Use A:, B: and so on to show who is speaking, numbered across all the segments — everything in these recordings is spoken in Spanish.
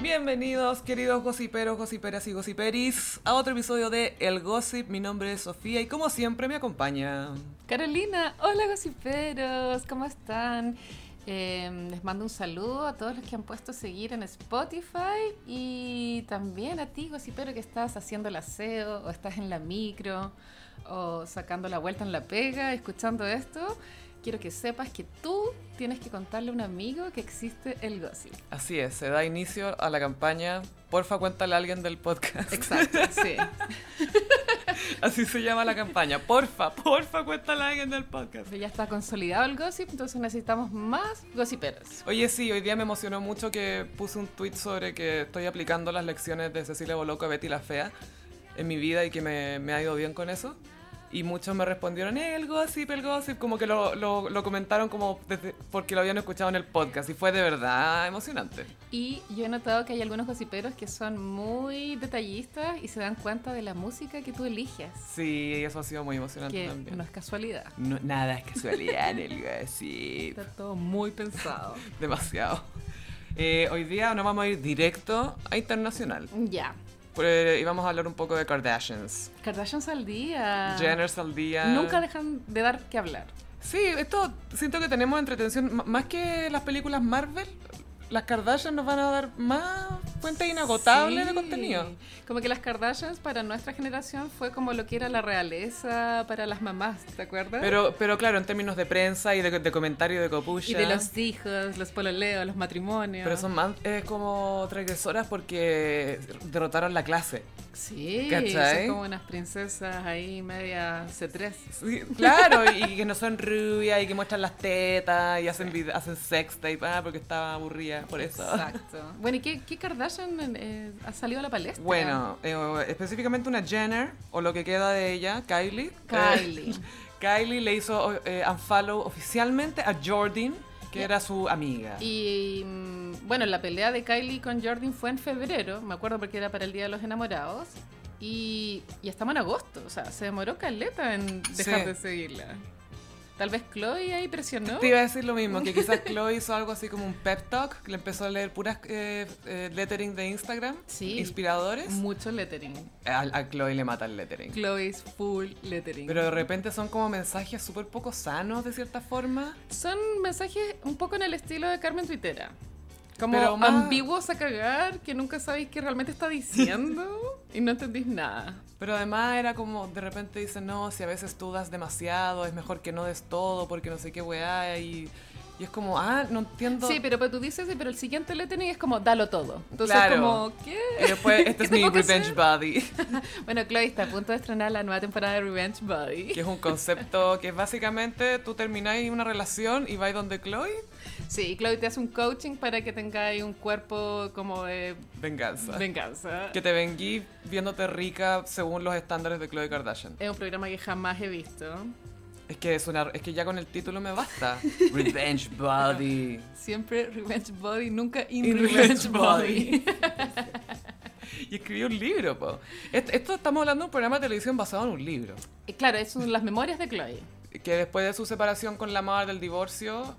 A: Bienvenidos, queridos gossiperos, gossiperas y gossiperis, a otro episodio de El Gossip. Mi nombre es Sofía y como siempre me acompaña.
B: Carolina, hola gossiperos, ¿cómo están? Eh, les mando un saludo a todos los que han puesto seguir en Spotify y también a ti, gossipero, que estás haciendo el aseo o estás en la micro o sacando la vuelta en la pega, escuchando esto. Quiero que sepas que tú tienes que contarle a un amigo que existe el gossip.
A: Así es, se da inicio a la campaña. Porfa, cuéntale a alguien del podcast.
B: Exacto, sí.
A: Así se llama la campaña. Porfa, porfa, cuéntale a alguien del podcast.
B: Ya está consolidado el gossip, entonces necesitamos más gossiperos.
A: Oye, sí, hoy día me emocionó mucho que puse un tweet sobre que estoy aplicando las lecciones de Cecilia Boloco a Betty la Fea en mi vida y que me, me ha ido bien con eso. Y muchos me respondieron, "Eh, el gossip, el gossip, como que lo, lo- lo comentaron como desde- porque lo habían escuchado en el podcast y fue de verdad emocionante.
B: Y yo he notado que hay algunos gossiperos que son muy detallistas y se dan cuenta de la música que tú eliges,
A: Sí, eso ha sido muy emocionante
B: que
A: Ah, también.
B: no es casualidad.
A: No- nada es casualidad en el gossip.
B: Está todo muy pensado.
A: Demasiado. Eh, hoy día nos vamos a ir directo a internacional.
B: ya.
A: Por- eh, y vamos a hablar un poco de Kardashians.
B: Kardashians al día.
A: Jenners al día.
B: Ah. Nunca dejan de dar que hablar.
A: Sí, esto siento que tenemos entretención. M- más que las películas Marvel, las Kardashians nos van a dar más fuente inagotable de
B: Sí.
A: contenido.
B: Como que las Kardashians para nuestra generación fue como lo que era la realeza para las mamás, ¿te acuerdas?
A: Pero, pero claro, en términos de prensa y de, de comentario de copucha.
B: y de los hijos, los pololeos, los matrimonios.
A: Pero son más eh, como transgresoras porque derrotaron la clase.
B: Sí,
A: ¿Cachai?
B: son como unas princesas ahí media C3.
A: Sí, claro, y que no son rubias y que muestran las tetas y hacen, vid- hacen sex tape, ah, porque estaba aburrida por eso.
B: Exacto. Bueno, ¿y qué, qué Kardashian eh, ha salido a la palestra?
A: Bueno, eh, específicamente una Jenner, o lo que queda de ella, Kylie.
B: Kylie.
A: Eh, Kylie le hizo eh, unfollow oficialmente a Jordan, que
B: Ya.
A: era su amiga.
B: Y mm, bueno, la pelea de Kylie con Jordan fue en febrero, me acuerdo porque era para el Día de los Enamorados. Y, y estamos en agosto, o sea, se demoró Caleta en dejar
A: Sí.
B: de seguirla. Tal vez Chloe ahí presionó.
A: Te iba a decir lo mismo, que quizás Chloe hizo algo así como un pep talk, que le empezó a leer puras eh, eh, lettering de Instagram,
B: Sí.
A: inspiradores.
B: Mucho lettering.
A: A, a Chloe le mata el lettering.
B: Chloe's full lettering.
A: Pero de repente son como mensajes súper poco sanos, de cierta forma.
B: Son mensajes un poco en el estilo de Carmen Twittera. Como
A: Pero más-
B: ambiguos a cagar, que nunca sabéis qué realmente está diciendo y no entendís nada.
A: Pero además era como, de repente dicen, no, si a veces tú das demasiado, es mejor que no des todo, porque no sé qué weá, y, y es como, ah, no entiendo.
B: Sí, pero, pero tú dices, sí, pero el siguiente lettering es como, dalo todo. Entonces,
A: Claro.
B: como, ¿qué?
A: Y después, este es
B: ¿Qué
A: mi
B: tengo que hacer?
A: Revenge Body,
B: Bueno, Chloe está a punto de estrenar la nueva temporada de Revenge
A: que
B: Body.
A: es un concepto que es básicamente tú termináis una relación y vais donde Chloe,
B: Sí, Chloe te hace un coaching para que tengáis un cuerpo como de
A: venganza.
B: venganza.
A: que te venguí viéndote rica según los estándares de Chloe Kardashian.
B: Es un programa que jamás he visto.
A: Es que, es, una, es que ya con el título me basta. Revenge Body.
B: Siempre Revenge Body, nunca In,
A: In
B: Revenge,
A: Revenge
B: Body.
A: Y escribió un libro, po. Est- Esto estamos hablando de un programa de televisión basado en un libro.
B: Eh, claro, es un- las memorias de Chloe.
A: que después de su separación con la madre del divorcio,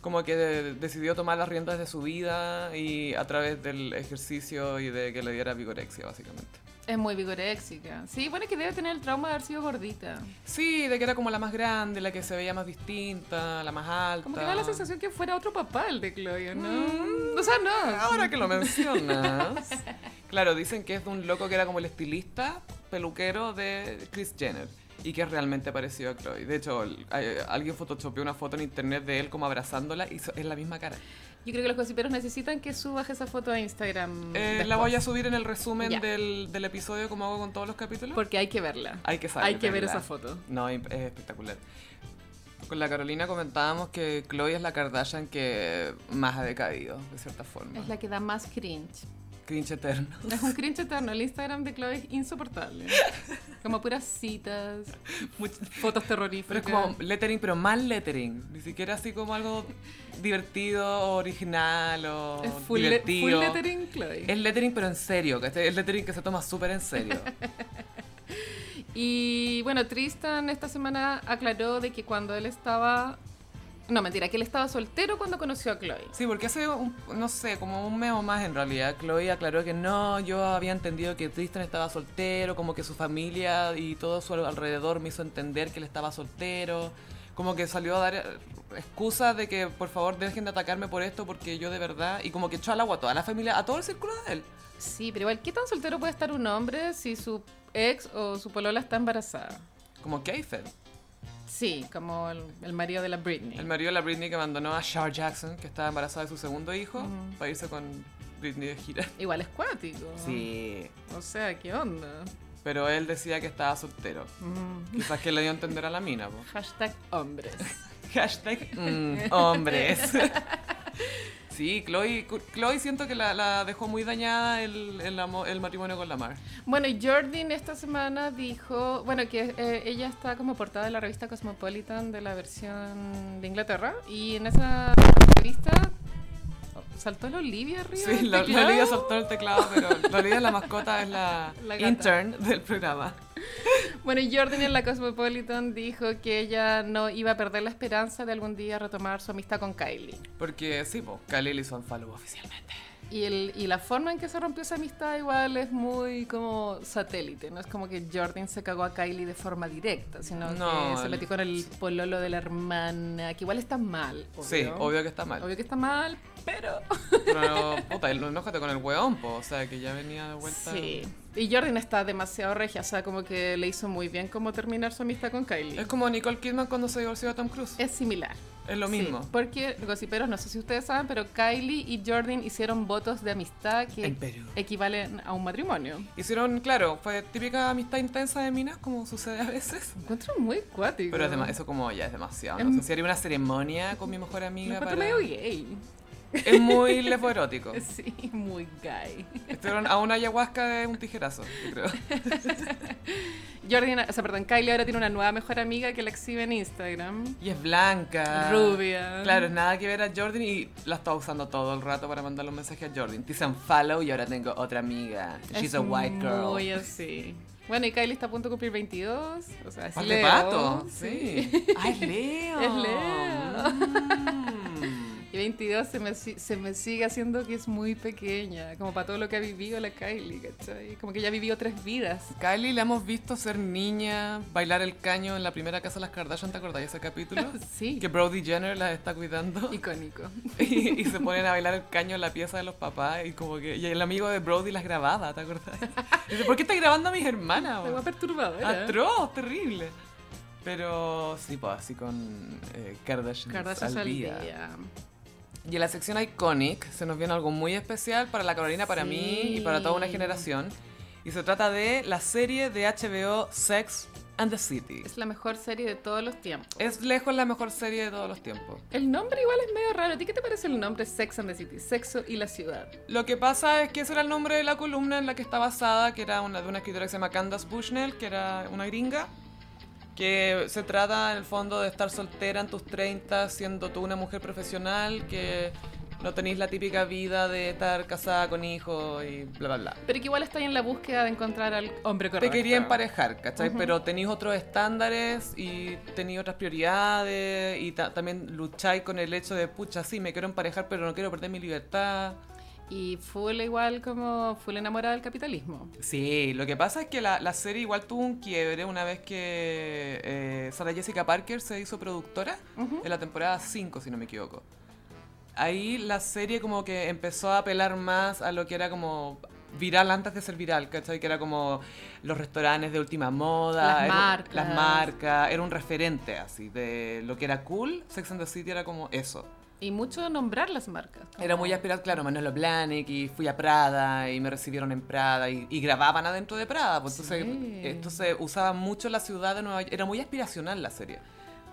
A: como que de- decidió tomar las riendas de su vida y a través del ejercicio y de que le diera vigorexia, básicamente.
B: Es muy vigoréxica. Sí, bueno, es que debe tener el trauma de haber sido gordita.
A: Sí, de que era como la más grande, la que se veía más distinta, la más alta.
B: Como que da la sensación que fuera otro papá el de Chloe, ¿no? O sea, no.
A: Mm. Ahora que lo mencionas. claro, dicen que es de un loco que era como el estilista, peluquero de Chris Jenner. Y que es realmente parecido a Chloe. De hecho, el- eh, alguien photoshopeó una foto en internet de él como abrazándola y so- es la misma cara.
B: Yo creo que los gossiperos necesitan que subas esa foto a Instagram.
A: Eh, la
B: después,
A: voy a subir en el resumen
B: Ya.
A: del, del episodio como hago con todos los capítulos.
B: Porque hay que verla.
A: Hay que saber.
B: Hay que ver
A: verla.
B: esa foto.
A: No, imp- es espectacular. Con la Carolina comentábamos que Chloe es la Kardashian que más ha decaído, de cierta forma.
B: Es la que da más cringe.
A: Cringe eterno.
B: Es un cringe eterno. El Instagram de Chloe es insoportable. Como puras citas, fotos
A: Pero
B: terroríficas.
A: es como lettering, pero mal lettering. Ni siquiera así como algo divertido, original o
B: Es full, le-
A: divertido.
B: full lettering Chloe.
A: Es lettering, pero en serio. ¿cachai? Es lettering que se toma súper en serio.
B: Y bueno, Tristan esta semana aclaró de que cuando él estaba No, mentira, que él estaba soltero cuando conoció a Chloe.
A: Sí, porque hace, un- no sé, como un mes o más en realidad, Chloe aclaró que no, yo había entendido que Tristan estaba soltero, como que su familia y todo su alrededor me hizo entender que él estaba soltero, como que salió a dar eh, excusas de que por favor dejen de atacarme por esto porque yo de verdad, y como que echó al agua a toda la familia, a todo el círculo de él.
B: Sí, pero igual, ¿qué tan soltero puede estar un hombre si su ex o su polola está embarazada?
A: Como Keifer,
B: Sí, como el, el marido de la Britney.
A: el marido de la Britney que abandonó a Shar Jackson, que estaba embarazada de su segundo hijo,
B: Mm.
A: para irse con Britney de gira.
B: Igual es cuático.
A: Sí.
B: O sea, ¿qué onda?
A: Pero él decía que estaba soltero.
B: Mm.
A: Quizás que le dio a entender a la mina, po.
B: Hashtag hombres.
A: Hashtag mm, hombres. Sí, Chloe, cu- Chloe siento que la, la dejó muy dañada el, el, amo- el matrimonio con Lamar.
B: Bueno, y Jordan esta semana dijo, bueno, que eh, ella está como portada de la revista Cosmopolitan de la versión de Inglaterra y en esa revista oh, saltó la Olivia arriba.
A: Sí,
B: del
A: la, la
B: teclado.
A: Olivia soltó el teclado, pero la Olivia es la mascota, es la,
B: La gata.
A: intern del programa.
B: Bueno, y Jordan en la Cosmopolitan dijo que ella no iba a perder la esperanza de algún día retomar su amistad con Kylie.
A: Porque sí, po, Khalil hizo un follow oficialmente.
B: Y, el, y la forma en que se rompió esa amistad igual es muy como satélite, no es como que Jordan se cagó a Kylie de forma directa, sino
A: No,
B: que se
A: el-
B: metió con el pololo de la hermana, que igual está mal, obvio.
A: Sí, obvio que está mal.
B: Obvio que está mal, pero...
A: Pero, puta, el- enójate con el weón, po. O sea, que ya venía de vuelta.
B: Sí. Y Jordan está demasiado regia, o sea, como que le hizo muy bien como terminar su amistad con
A: Es
B: Kylie.
A: como Nicole Kidman cuando se divorció de Tom Cruise.
B: Es similar.
A: Es lo mismo.
B: Sí, porque, gossiperos, no sé si ustedes saben, pero Kylie y Jordan hicieron votos de amistad que
A: En Perú.
B: equivalen a un matrimonio.
A: Hicieron, claro, fue típica amistad intensa de minas, como sucede a veces.
B: Encuentro muy cuático.
A: Pero es dema- eso como ya es demasiado. ¿no?
B: Em-
A: O sea, si haría una ceremonia con mi mejor
B: Lo
A: amiga
B: encuentro
A: para-
B: medio gay.
A: Es muy lepoerótico.
B: Sí, muy gay.
A: Estuvieron a una ayahuasca de un tijerazo, yo creo.
B: Jordan, o sea, perdón, Kylie ahora tiene una nueva mejor amiga que la exhibe en Instagram.
A: Y es blanca.
B: Rubia.
A: Ah, Claro, nada que ver a Jordan y la está usando todo el rato para mandarle un mensaje a Jordan. Te dicen follow y ahora tengo otra amiga. She's
B: Es
A: a white girl.
B: Muy así. Bueno, y Kylie está a punto de cumplir 22. O sea, es
A: Pal de
B: Leo.
A: pato. Sí. Ah, es Leo.
B: Es Leo.
A: Mm.
B: Y 22 se me, si- se me sigue haciendo que es muy pequeña, como para todo lo que ha vivido la Kylie, ¿cachai? Como que ya ha vivido tres vidas.
A: Kylie la hemos visto ser niña, bailar el caño en la primera casa de las Kardashian, ¿te acordáis de ese capítulo?
B: Sí,
A: Que Brody Jenner las está cuidando
B: icónico.
A: y, y se ponen a bailar el caño en la pieza de los papás y como que y el amigo de Brody las grababa, ¿te acordás? Y dice, ¿por qué estás grabando a ¿eh? mis hermanas?
B: Algo
A: bo?
B: perturbadora.
A: Oh. Atroz, terrible. Pero sí, pues así con eh, Kardashians,
B: Kardashian
A: al
B: salía.
A: día. Y en la sección Iconic se nos viene algo muy especial para la Carolina, para mí y para toda una
B: Sí.
A: generación. Y se trata de la serie de HBO Sex and the City.
B: Es la mejor serie de todos los tiempos.
A: Es lejos la mejor serie de todos los tiempos.
B: El nombre igual es medio raro. ¿A ti qué te parece el nombre Sex and the City? Sexo y la ciudad.
A: Lo que pasa es que ese era el nombre de la columna en la que está basada, que era una, de una escritora que se llama Candace Bushnell, que era una gringa, que se trata en el fondo de estar soltera en tus 30, siendo tú una mujer profesional, que no tenéis la típica vida de estar casada con hijos y bla, bla, bla.
B: Pero que igual está ahí en la búsqueda de encontrar al hombre correcto.
A: Te quería emparejar, ¿cachai? Pero tenéis otros estándares y tenéis otras prioridades y ta- también lucháis con el hecho de, pucha, sí, me quiero emparejar, pero no quiero perder mi libertad.
B: Y full igual como full enamorada del capitalismo.
A: Sí, lo que pasa es que la, la serie igual tuvo un quiebre una vez que eh, Sarah Jessica Parker se hizo productora
B: Ujú.
A: en la temporada 5, si no me equivoco. Ahí la serie como que empezó a apelar más a lo que era como viral antes de ser viral, ¿cachai? Que era como los restaurantes de última moda,
B: Las
A: era-
B: marcas.
A: las marcas, era un referente así de lo que era cool, Sex and the City era como eso.
B: Y mucho nombrar las marcas. como-
A: Era muy aspirado, claro, Manolo Blahnik y fui a Prada y me recibieron en Prada y, y grababan adentro de Prada. Pues entonces,
B: Sí.
A: entonces usaba mucho la ciudad de Nueva York. Era muy aspiracional la serie.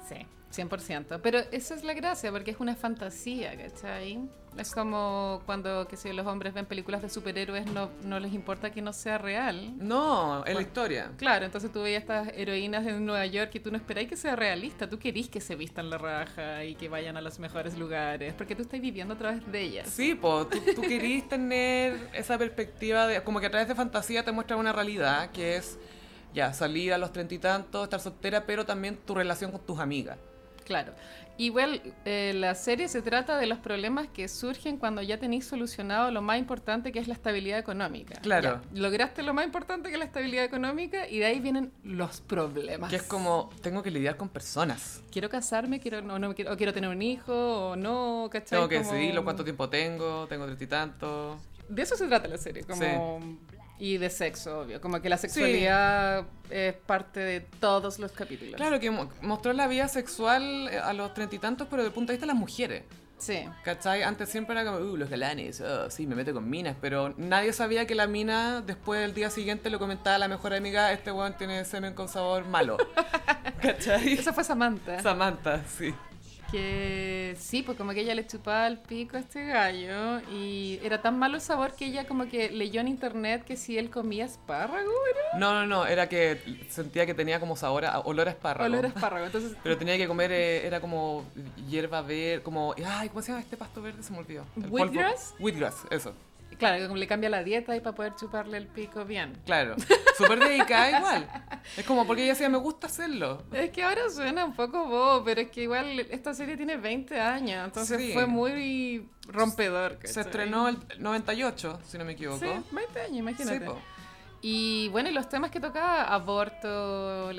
B: Sí, 100%. Pero esa es la gracia, porque es una fantasía, ¿cachai? Es como cuando, que si los hombres ven películas de superhéroes, no, no les importa que no sea real.
A: No, es
B: Bueno.
A: la historia.
B: Claro, entonces tú veías estas heroínas en Nueva York y tú no esperáis que sea realista, tú querís que se vistan la raja y que vayan a los mejores lugares, porque tú estás viviendo a través de ellas.
A: Sí, pues tú, tú querías tener esa perspectiva de, como que a través de fantasía te muestra una realidad que es ya salir a los treinta y tantos, estar soltera, pero también tu relación con tus amigas.
B: Claro. Igual, eh, la serie se trata de los problemas que surgen cuando ya tenéis solucionado lo más importante que es la estabilidad económica.
A: Claro.
B: Ya, lograste lo más importante que es la estabilidad económica y de ahí vienen los problemas.
A: Que es como, tengo que lidiar con personas.
B: Quiero casarme, quiero, no, no, quiero, o quiero tener un hijo, o no, ¿cachai?
A: Tengo que
B: Como-
A: decidirlo cuánto tiempo tengo, tengo treinta y tanto.
B: De eso se trata la serie, como... Y de sexo, obvio. Como que la sexualidad es parte de todos los capítulos.
A: Claro que mo- mostró la vida sexual eh, a los treinta y tantos, pero desde el punto de vista de las mujeres.
B: Sí.
A: ¿Cachai? Antes siempre era como, "Uh, los galanes, oh, sí, me meto con minas, pero nadie sabía que la mina, después del día siguiente, lo comentaba a la mejor amiga, este weón tiene semen con sabor malo. ¿Cachai?
B: Esa fue Samantha.
A: Samantha, sí.
B: Que sí, pues como que ella le chupaba el pico a este gallo y era tan malo el sabor que ella como que leyó en internet que si él comía espárrago, era
A: No, no, no, era que sentía que tenía como sabor a olor a espárrago.
B: olor a espárrago. Entonces,
A: Pero tenía que comer, eh, era como hierba verde, como... Ay, ¿cómo se llama este pasto verde? Se me olvidó. El polvo.
B: ¿Wheatgrass?
A: Wheatgrass, eso.
B: claro, que como le cambia la dieta y para poder chuparle el pico bien.
A: Claro. Súper dedicada igual. Es como porque ella decía, me gusta hacerlo.
B: Es que ahora suena un poco bobo, pero es que igual esta serie tiene 20 años, entonces
A: Sí.
B: fue muy rompedor.
A: Se
B: ¿cachai?
A: estrenó el 98, si no me equivoco.
B: Sí, 20 años,
A: Sí,
B: imagínate.
A: po.
B: y bueno, y los temas que tocaba, aborto,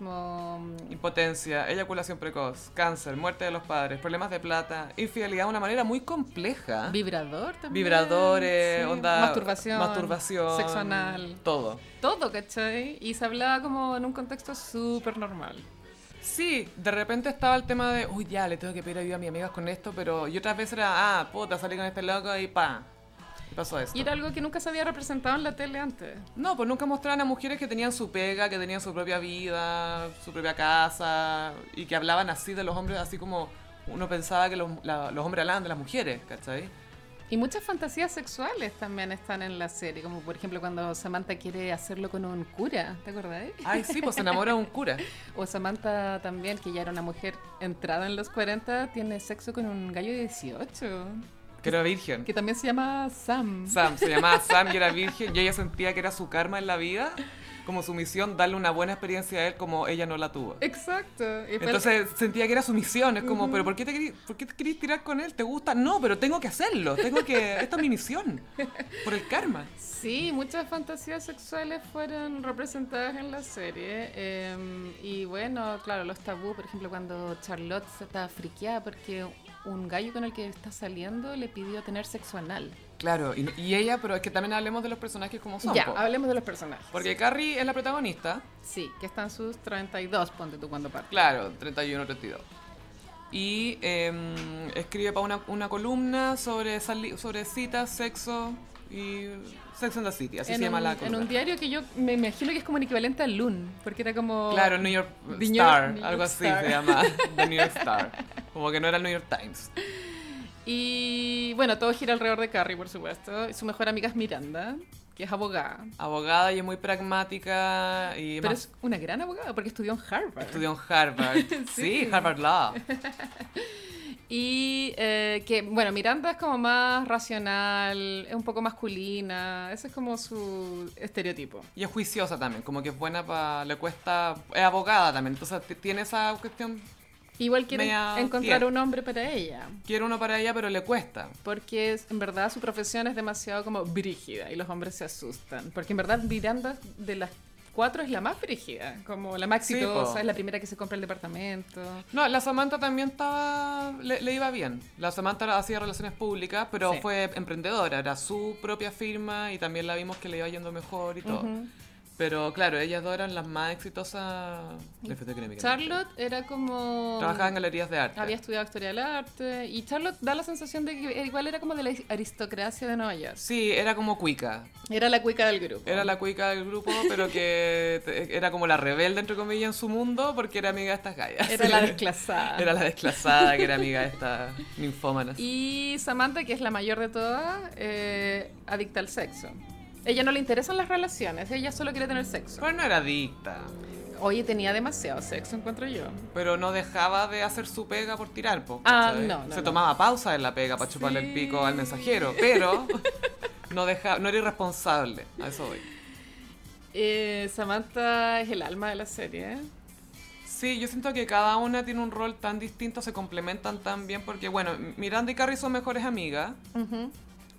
B: lesbianismo,
A: Impotencia, eyaculación precoz, cáncer, muerte de los padres, problemas de plata, infidelidad de una manera muy compleja.
B: Vibrador
A: Ah.
B: también.
A: Vibradores,
B: sí.
A: onda.
B: Masturbación.
A: Masturbación.
B: Sexo anal.
A: Todo.
B: Todo, ¿cachai? Y se hablaba como en un contexto súper normal.
A: Sí, de repente estaba el tema de, uy, ya, le tengo que pedir ayuda a mis amigas con esto, pero. Y otras veces era, ah, puta, salí con este loco y pa. Y pasó esto.
B: Y era algo que nunca se había representado en la tele antes.
A: No, pues nunca mostraban a mujeres que tenían su pega, que tenían su propia vida, su propia casa, y que hablaban así de los hombres, así como uno pensaba que los, la- los hombres hablaban de las mujeres, ¿cachai?
B: Y muchas fantasías sexuales también están en la serie, como por ejemplo cuando Samantha quiere hacerlo con un cura, ¿te acordáis?
A: Ay, sí, pues se enamora de un cura.
B: O Samantha también, que ya era una mujer entrada en los 40, tiene sexo con un gallo de 18,
A: Que era virgen.
B: que también se llama Sam.
A: Sam, se llamaba Sam y era virgen, y ella sentía que era su karma en la vida, como su misión, darle una buena experiencia a él como ella no la tuvo.
B: Exacto. Y fue-
A: Entonces sentía que era su misión, es como, pero ¿por qué te querí- por qué te querís tirar con él? ¿Te gusta? No, pero tengo que hacerlo, tengo que, esta es mi misión, por el karma.
B: Sí, muchas fantasías sexuales fueron representadas en la serie. eh, y bueno, claro, los tabú, por ejemplo, cuando Charlotte se estaba friqueada porque un gallo con el que está saliendo le pidió tener sexo anal.
A: Claro, y, y ella, pero es que también hablemos de los personajes como son.
B: ya,
A: po.
B: hablemos de los personajes.
A: Porque Carrie es la protagonista,
B: Sí, que están sus 32, ponte tú cuando parte.
A: claro, 31, 32. Y eh, escribe para una, una columna sobre, sali- sobre citas, sexo y Sex and the City, así
B: en,
A: se llama
B: un,
A: la
B: en
A: columna.
B: un diario que yo me imagino que es como el equivalente al Loon, porque era como...
A: Claro, New York
B: The New-
A: Star,
B: New
A: algo
B: York
A: así
B: Star.
A: se llama, The New York Star. Como que no era el New York Times.
B: Y bueno, todo gira alrededor de Carrie, por supuesto. Su mejor amiga es Miranda, que es abogada.
A: Abogada y es muy pragmática y
B: Pero
A: más-
B: es una gran abogada porque estudió en Harvard.
A: estudió en Harvard. sí.
B: Sí.
A: Harvard Law.
B: Y eh, que, bueno, Miranda es como más racional, es un poco masculina, ese es como su estereotipo.
A: Y es juiciosa también, como que es buena para... Le cuesta... Es abogada también, entonces t- tiene esa cuestión...
B: Igual quiere
A: Media
B: encontrar
A: tía.
B: un hombre para ella,
A: Quiere uno para ella, pero le cuesta.
B: porque es- en verdad su profesión es demasiado como brígida y los hombres se asustan, porque en verdad Miranda de las cuatro es la más brígida, como la más
A: Sí,
B: exitosa,
A: po.
B: es la primera que se compra el departamento.
A: No, la Samantha también estaba... Le, le iba bien. La Samantha hacía relaciones públicas, pero
B: Sí.
A: fue emprendedora. Era su propia firma y también la vimos que le iba yendo mejor y todo.
B: Ujú.
A: Pero claro, ellas dos eran las más exitosas de fiesta económica.
B: Charlotte era como...
A: Trabajaba en galerías de arte.
B: Había estudiado historia del arte y Charlotte da la sensación de que igual era como de la aristocracia de Nueva York.
A: Sí, era como cuica.
B: Era la cuica del grupo.
A: Era la cuica del grupo, pero que te- era como la rebelde, entre comillas, en su mundo, porque era amiga de estas gallas.
B: Era la desclasada.
A: Era la desclasada, que era amiga de estas ninfómanas.
B: Y Samantha, que es la mayor de todas, eh, adicta al sexo. Ella no le interesan las relaciones, ella solo quiere tener sexo.
A: Pero no era adicta.
B: Oye, tenía demasiado sexo, encuentro yo.
A: Pero no dejaba de hacer su pega por tirar, po,
B: Ah,
A: ¿cachai?
B: no, no,
A: Se
B: no.
A: tomaba pausa en la pega para chuparle el pico al mensajero, pero no, deja, no era irresponsable. A eso voy.
B: Eh, Samantha es el alma de la serie.
A: Sí, yo siento que cada una tiene un rol tan distinto, se complementan tan bien, porque bueno, Miranda y Carrie son mejores amigas,
B: Ujú.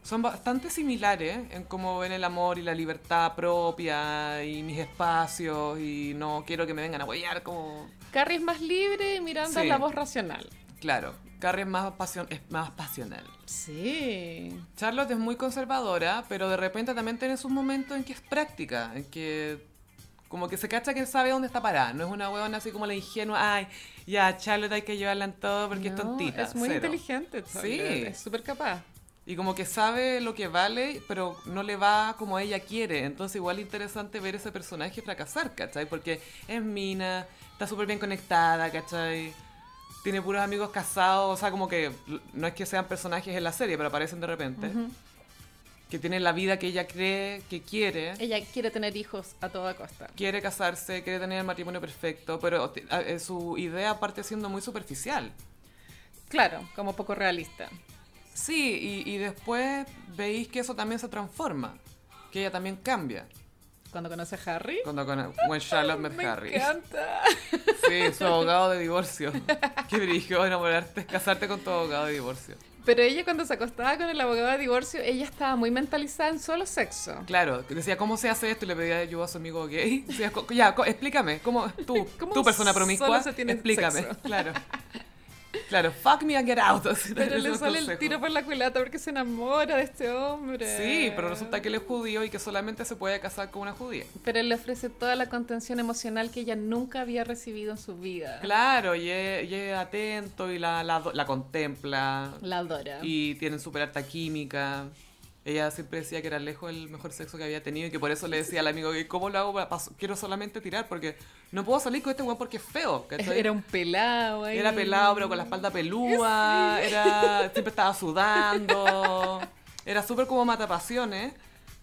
A: son bastante similares en cómo ven el amor y la libertad propia y mis espacios y no quiero que me vengan a huellar como...
B: Carrie es más libre y Miranda
A: Sí.
B: es la voz racional.
A: Claro, Carrie es más, pasion- es más pasional.
B: Sí.
A: Charlotte es muy conservadora, pero de repente también tiene sus momentos en que es práctica, en que como que se cacha que sabe dónde está parada. No es una huevona así como la ingenua, ay, ya, Charlotte hay que llevarla en todo porque es
B: No,
A: tontita.
B: Es muy
A: cero.
B: inteligente. Sí.
A: Sí.
B: Es súper capaz.
A: Y como que sabe lo que vale, pero no le va como ella quiere. Entonces igual interesante ver ese personaje fracasar, ¿cachai? Porque es mina, está súper bien conectada, ¿cachai? Tiene puros amigos casados, o sea, como que l- no es que sean personajes en la serie, pero aparecen de repente.
B: Ujú.
A: Que tiene la vida que ella cree, que quiere.
B: Ella quiere tener hijos a toda costa.
A: Quiere casarse, quiere tener el matrimonio perfecto, pero ti- a- eh, su idea parte siendo muy superficial.
B: Claro, como poco realista.
A: Sí, y, y después veis que eso también se transforma, que ella también cambia.
B: Cuando conoce a Harry.
A: Cuando con When Charlotte Met Harry.
B: encanta.
A: Sí, su abogado de divorcio. Qué brillo enamorarte, casarte con tu abogado de divorcio.
B: Pero ella cuando se acostaba con el abogado de divorcio, ella estaba muy mentalizada en solo sexo.
A: Claro, decía, ¿cómo se hace esto? Y le pedía ayuda a su amigo gay. Decía, "Co- ya, co- explícame, ¿cómo tú,
B: ¿Cómo
A: tú persona
B: solo
A: promiscua,
B: se tiene
A: explícame?
B: sexo?
A: Claro. Claro, fuck me and get out. así, ese
B: Pero
A: es
B: le
A: el
B: sale el
A: consejo.
B: tiro por la culata porque se enamora de este hombre.
A: Sí, pero resulta que él es judío y que solamente se puede casar con una judía.
B: Pero él le ofrece toda la contención emocional que ella nunca había recibido en su vida.
A: Claro, y es, y es atento y la, la, la contempla.
B: La adora.
A: y tienen súper alta química. Ella siempre decía que era lejos el mejor sexo que había tenido y que por eso le decía al amigo gay, ¿cómo lo hago? para pas- Quiero solamente tirar porque no puedo salir con este weón porque es feo. ¿cachai?
B: Era un pelado ahí.
A: Era pelado, pero con la espalda pelúa, era, siempre estaba sudando, era súper como matapasiones,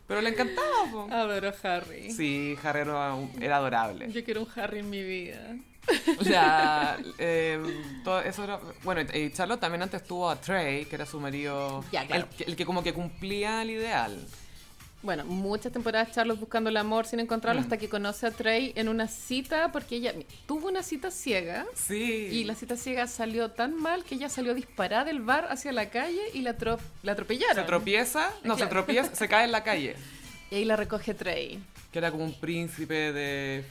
A: pero le encantaba. po.
B: Adoro Harry.
A: Sí, Harry era, un- era adorable.
B: Yo quiero un Harry en mi vida.
A: La, eh, todo eso era- bueno, y Charlotte también antes tuvo a Trey, que era su marido,
B: Ya, claro.
A: el que- el que como que cumplía el ideal.
B: Bueno, muchas temporadas Charlotte buscando el amor sin encontrarlo
A: Mm.
B: hasta que conoce a Trey en una cita porque ella mi- tuvo una cita ciega
A: Sí.
B: y la cita ciega salió tan mal que ella salió disparada del bar hacia la calle y la, atro- la atropellaron.
A: se tropieza, no, se
B: Claro.
A: tropieza, se cae en la calle.
B: y ahí la recoge Trey,
A: Que era como un príncipe de...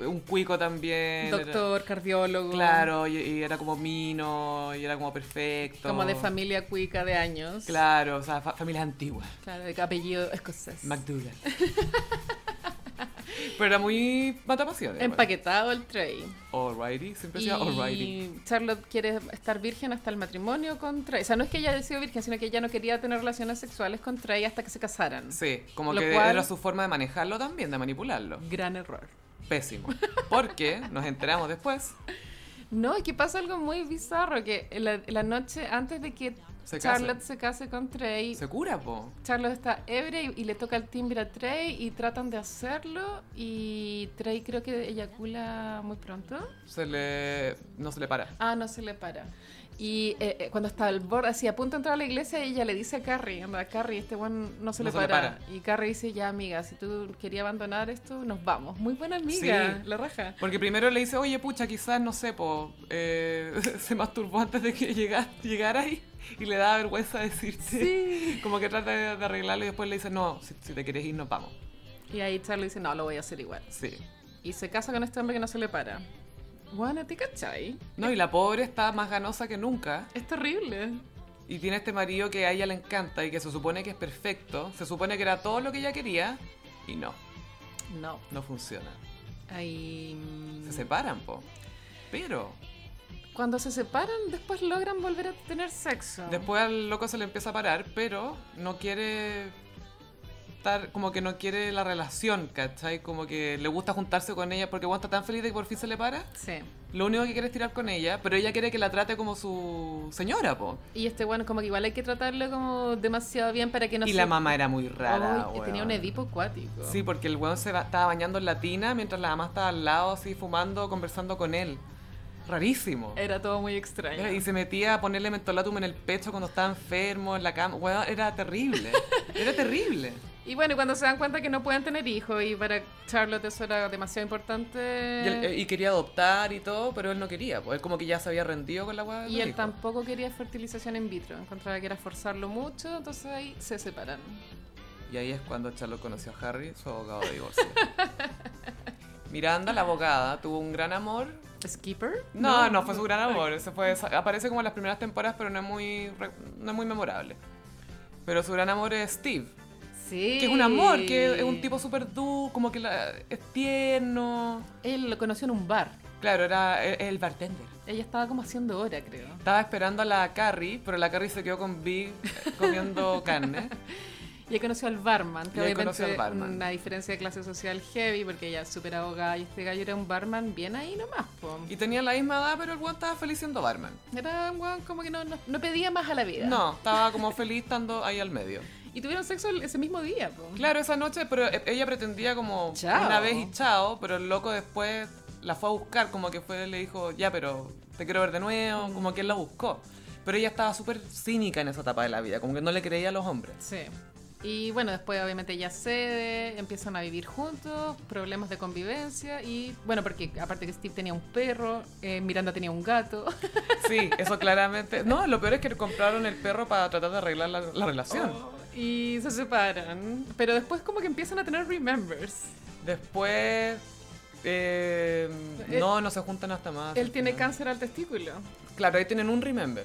A: Un cuico también. era-
B: doctor, cardiólogo,
A: Eh, claro, y, y era como mino, y era como perfecto.
B: como de familia cuica de años.
A: Claro, o sea, fa- familias antiguas.
B: Claro, de apellido escocés.
A: McDougall. Pero era muy matapasiones.
B: Empaquetado el Trey.
A: Alrighty, siempre
B: Y
A: decía alrighty.
B: Charlotte quiere estar virgen hasta el matrimonio con Trey. O sea, no es que ella haya sido virgen, sino que ella no quería tener relaciones sexuales con Trey hasta que se casaran.
A: Sí, como
B: Lo
A: que
B: cual-
A: era su forma de manejarlo también, de manipularlo.
B: Gran error.
A: Pésimo. Porque nos enteramos después
B: No, es que pasa algo muy bizarro, que la, la noche antes de que
A: Se
B: Charlotte
A: casen.
B: se case con Trey,
A: Se cura, po.
B: Charlotte está ebria y, y le toca el timbre a Trey y tratan de hacerlo y Trey creo que eyacula muy pronto.
A: Se le... No se le para.
B: Ah, no se le para. Y eh, eh, cuando está al borde, así a punto de entrar a la iglesia, ella le dice a Carrie, anda, Carrie, este buen no se,
A: No
B: le,
A: se le
B: para. Y Carrie dice, ya amiga, si tú querías abandonar esto, nos vamos. Muy buena amiga,
A: Sí.
B: la raja.
A: Porque primero le dice, oye, pucha, quizás, no sé, po, eh, se masturbó antes de que llegara, llegara ahí y le da vergüenza decirte.
B: Sí.
A: Como que trata de, de arreglarlo y después le dice, no, si, si te quieres ir, nos vamos.
B: Y ahí Charlie dice, no, lo voy a hacer igual.
A: Sí.
B: Y se casa con este hombre que no se le para. Bueno, ¿te cachai?
A: No, y la pobre está más ganosa que nunca
B: Es terrible.
A: y tiene este marido que a ella le encanta y que se supone que es perfecto, se supone que era todo lo que ella quería y no,
B: No.
A: no funciona.
B: Ahí... mm,
A: Se separan, po. Pero
B: Cuando se separan, después logran volver a tener sexo.
A: Después al loco se le empieza a parar, pero no quiere estar, como que no quiere la relación, ¿cachai? Como que le gusta juntarse con ella porque Juan está tan feliz de que por fin se le para.
B: Sí.
A: Lo único que quiere es tirar con ella, pero ella quiere que la trate como su señora, po.
B: Y este bueno, como que igual hay que tratarlo como demasiado bien para que no
A: y
B: se...
A: la mamá era muy rara,
B: Ay,
A: weón.
B: tenía un edipo acuático.
A: Sí, porque el weón se va- estaba bañando en la tina mientras la mamá estaba al lado, así fumando, conversando con él. Rarísimo.
B: Era todo muy
A: Era-
B: extraño.
A: Y se metía a ponerle mentolatum en el pecho cuando estaba enfermo, en la cama. Weón, era terrible. Era terrible.
B: Y bueno, cuando se dan cuenta que no pueden tener hijos y para Charlotte eso era demasiado importante.
A: Y, él- eh, y quería adoptar y todo, pero él no quería. Pues él como que ya se había rendido con la weá. de
B: Y
A: los
B: él
A: hijos.
B: tampoco quería fertilización in vitro, encontraba que era forzarlo mucho, entonces ahí se separan.
A: Y ahí es cuando Charlotte conoció a Harry, su abogado de divorcio. Miranda, la abogada, tuvo un gran amor.
B: ¿Skipper?
A: No, no, fue su gran amor. Se fue, sa- aparece como en las primeras temporadas, pero no es muy, re- no es muy memorable. Pero su gran amor es Steve,
B: Sí.
A: que es un amor, que es un tipo súper duro, como que la- es tierno.
B: Él lo conoció en un bar.
A: Claro, era el, el bartender.
B: Ella estaba como haciendo hora, creo.
A: Estaba esperando a la Carrie, pero la Carrie se quedó con Big comiendo carne.
B: Y ahí conoció al barman, que
A: Y ahí
B: obviamente
A: conoció al barman.
B: una diferencia de clase social heavy, porque ella es súper abogada y este gallo era un barman bien ahí nomás, po.
A: Y tenía la misma edad, pero el weón estaba feliz siendo barman.
B: Era un weón como que no, no, no pedía más a la vida.
A: No, estaba como feliz estando ahí al medio.
B: Y tuvieron sexo el- ese mismo día, po.
A: Claro, esa noche, pero e- ella pretendía como
B: Chao.
A: una vez y chao, pero el loco después la fue a buscar, como que fue, le dijo, ya, pero te quiero ver de
B: Mm.
A: nuevo, como que él la buscó. Pero ella estaba súper cínica en esa etapa de la vida, como que no le creía a los hombres.
B: Sí. Y bueno, después obviamente ella cede, empiezan a vivir juntos, problemas de convivencia y bueno, porque aparte que Steve tenía un perro, eh, Miranda tenía un gato.
A: Sí, eso claramente. No, lo peor es que le compraron el perro para tratar de arreglar la, la relación.
B: Oh. Y se separan. Pero después como que empiezan a tener remembers.
A: Después, eh,
B: Eh,
A: no, no se juntan hasta más.
B: Él
A: al
B: tiene
A: final.
B: cáncer al testículo.
A: Claro, ahí tienen un remember.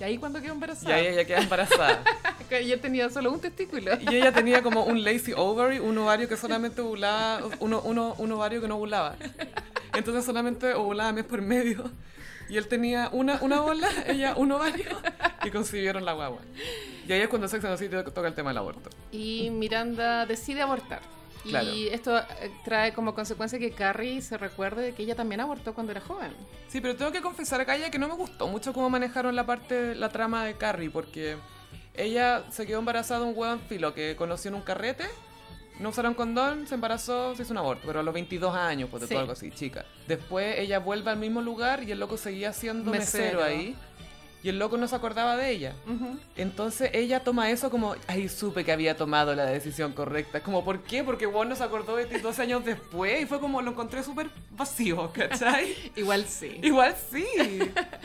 B: Y ahí cuando quedó embarazada.
A: Y ahí ella queda embarazada.
B: Que Yo tenía solo un testículo.
A: Y ella tenía como un lazy ovary, un ovario que solamente ovulaba, uno, uno- un ovario que no ovulaba. Entonces solamente ovulaba mes por medio. Y él tenía una, una bola, ella un ovario, y concibieron la guagua. Y ahí es cuando Sex and the City toca el tema del aborto.
B: Y Miranda decide abortar. Y
A: Claro.
B: esto eh, trae como consecuencia que Carrie se recuerde de que ella también abortó cuando era joven.
A: Sí, pero tengo que confesar acá ya que no me gustó mucho cómo manejaron la parte, la trama de Carrie, porque ella se quedó embarazada de un hueón filo que conoció en un carrete, no usaron condón, se embarazó, se hizo un aborto, pero a los 22 años, pues de
B: Sí.
A: todo algo así, chica. Después ella vuelve al mismo lugar y el loco seguía siendo mesero,
B: Mesero.
A: ahí, y el loco no se acordaba de ella.
B: Ujú.
A: Entonces ella toma eso como, ay, supe que había tomado la decisión correcta. Como, ¿por qué? Porque Juan no se acordó de ti 12 años después y fue como, lo encontré súper vacío, ¿cachai?
B: Igual sí.
A: Igual sí.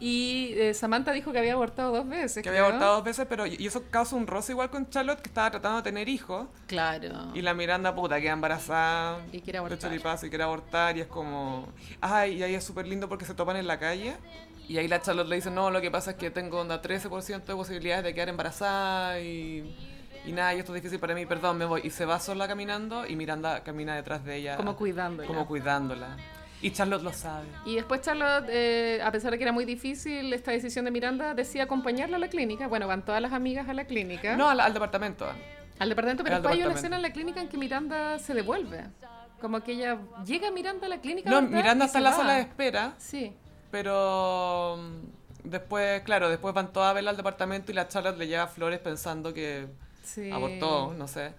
B: Y eh, Samantha dijo que había abortado dos veces.
A: que había
B: creo.
A: abortado dos veces, pero y eso causa un roce igual con Charlotte, que estaba tratando de tener hijos,
B: Claro.
A: y la Miranda, puta, queda embarazada.
B: Ah. Y quiere abortar.
A: de choripazo, y quiere abortar, y es como... Ay, y ahí es súper lindo porque se topan en la calle, y ahí la Charlotte le dice, no, lo que pasa es que tengo onda 13% de posibilidades de quedar embarazada, y... Y nada, y esto es difícil para mí, perdón, me voy. Y se va sola caminando, y Miranda camina detrás de ella.
B: Como cuidándola.
A: como cuidándola. Y Charlotte lo sabe.
B: y después Charlotte, eh, a pesar de que era muy difícil esta decisión de Miranda, decía acompañarla a la clínica. Bueno, van todas las amigas a la clínica.
A: No, al, al departamento.
B: Al departamento, pero
A: Al
B: después hay una
A: departamento.
B: escena en la clínica en que Miranda se devuelve. Como que ella llega Miranda a la clínica.
A: No,
B: ¿verdad?
A: Miranda
B: Y
A: está en la
B: se va.
A: sala de espera.
B: Sí.
A: Pero mm, después, claro, después van todas a verla al departamento y la Charlotte le lleva flores pensando que
B: sí.
A: abortó, no sé.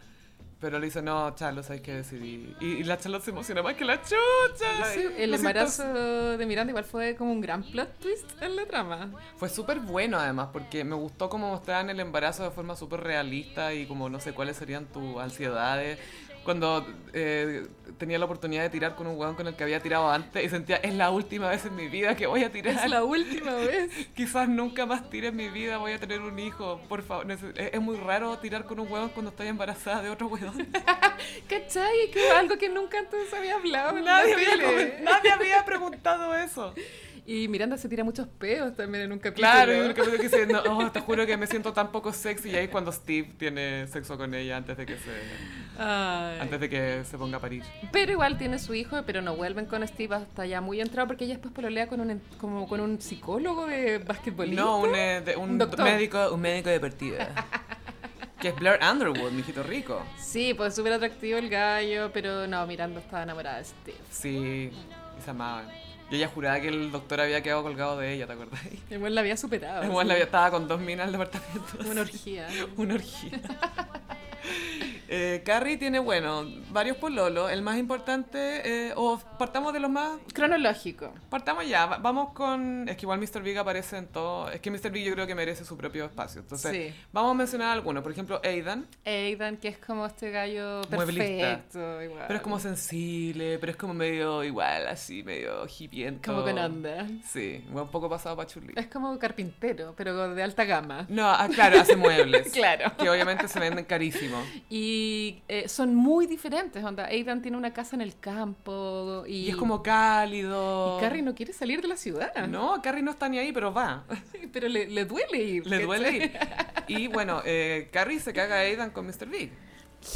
A: Pero le dice, no, Charlotte, hay que decidir. Y, y la Charlotte se emociona más que la chucha.
B: Sí,
A: Ay,
B: el
A: lo siento.
B: embarazo de Miranda igual fue como un gran plot twist en la trama.
A: Fue súper bueno además, porque me gustó cómo mostraban el embarazo de forma súper realista y como no sé cuáles serían tus ansiedades. Cuando eh, tenía la oportunidad de tirar con un hueón con el que había tirado antes y sentía, es la última vez en mi vida que voy a tirar.
B: Es la última vez.
A: Quizás nunca más tire en mi vida, voy a tener un hijo, por favor. nece- Es, es muy raro tirar con un huevón cuando estoy embarazada de otro huevón.
B: ¿Cachai? Que algo que nunca antes había hablado. en la
A: Nadie había,
B: tele.
A: comen- nadie había preguntado eso.
B: Y Miranda se tira muchos pedos también en un capítulo.
A: Claro, y el capítulo que dice, no, oh, te juro que me siento tan poco sexy. Y ahí es cuando Steve tiene sexo con ella antes de que se,
B: Ay.
A: antes de que se ponga a parir.
B: Pero igual tiene su hijo, pero no vuelven con Steve hasta ya muy entrado porque ella después pololea con un, en- como con un psicólogo de basquetbolista.
A: No, un, eh, de- un
B: Un doctor.
A: médico, un médico de partida. que es Blair Underwood, mijito rico.
B: Sí, pues súper atractivo el gallo, pero no, Miranda estaba enamorada de Steve.
A: Sí, y se amaban. Y ella juraba que el doctor había quedado colgado de ella, ¿te acordás?
B: El buen la había superado.
A: Igual la
B: así.
A: había- estaba con dos minas en el departamento.
B: Una orgía.
A: Una orgía. Eh, Carrie tiene, bueno, varios pololos. El más importante, eh, o partamos de los más.
B: Cronológico.
A: Partamos ya, va- vamos con. Es que igual Mr. Big aparece en todo. Es que Mr. Big yo creo que merece su propio espacio. Entonces,
B: Sí.
A: vamos a mencionar algunos. Por ejemplo, Aidan.
B: Aidan, que es como este gallo
A: Mueblista.
B: perfecto. Igual.
A: Pero es como sensible, pero es como medio igual, así, medio hippie.
B: Como con onda.
A: Sí, un poco pasado para chuli.
B: Es como carpintero, pero de alta gama.
A: No, ah, claro, hace muebles.
B: Claro.
A: Que obviamente se venden carísimo.
B: Y eh, son muy diferentes, onda. Aidan tiene una casa en el campo y...
A: Y, es como cálido.
B: y Carrie no quiere salir de la ciudad.
A: No, Carrie no está ni ahí, pero va.
B: Pero le, le duele ir.
A: Le
B: ¿cachai?
A: duele ir. Y bueno, eh, Carrie se caga a Aidan con Mr. Big.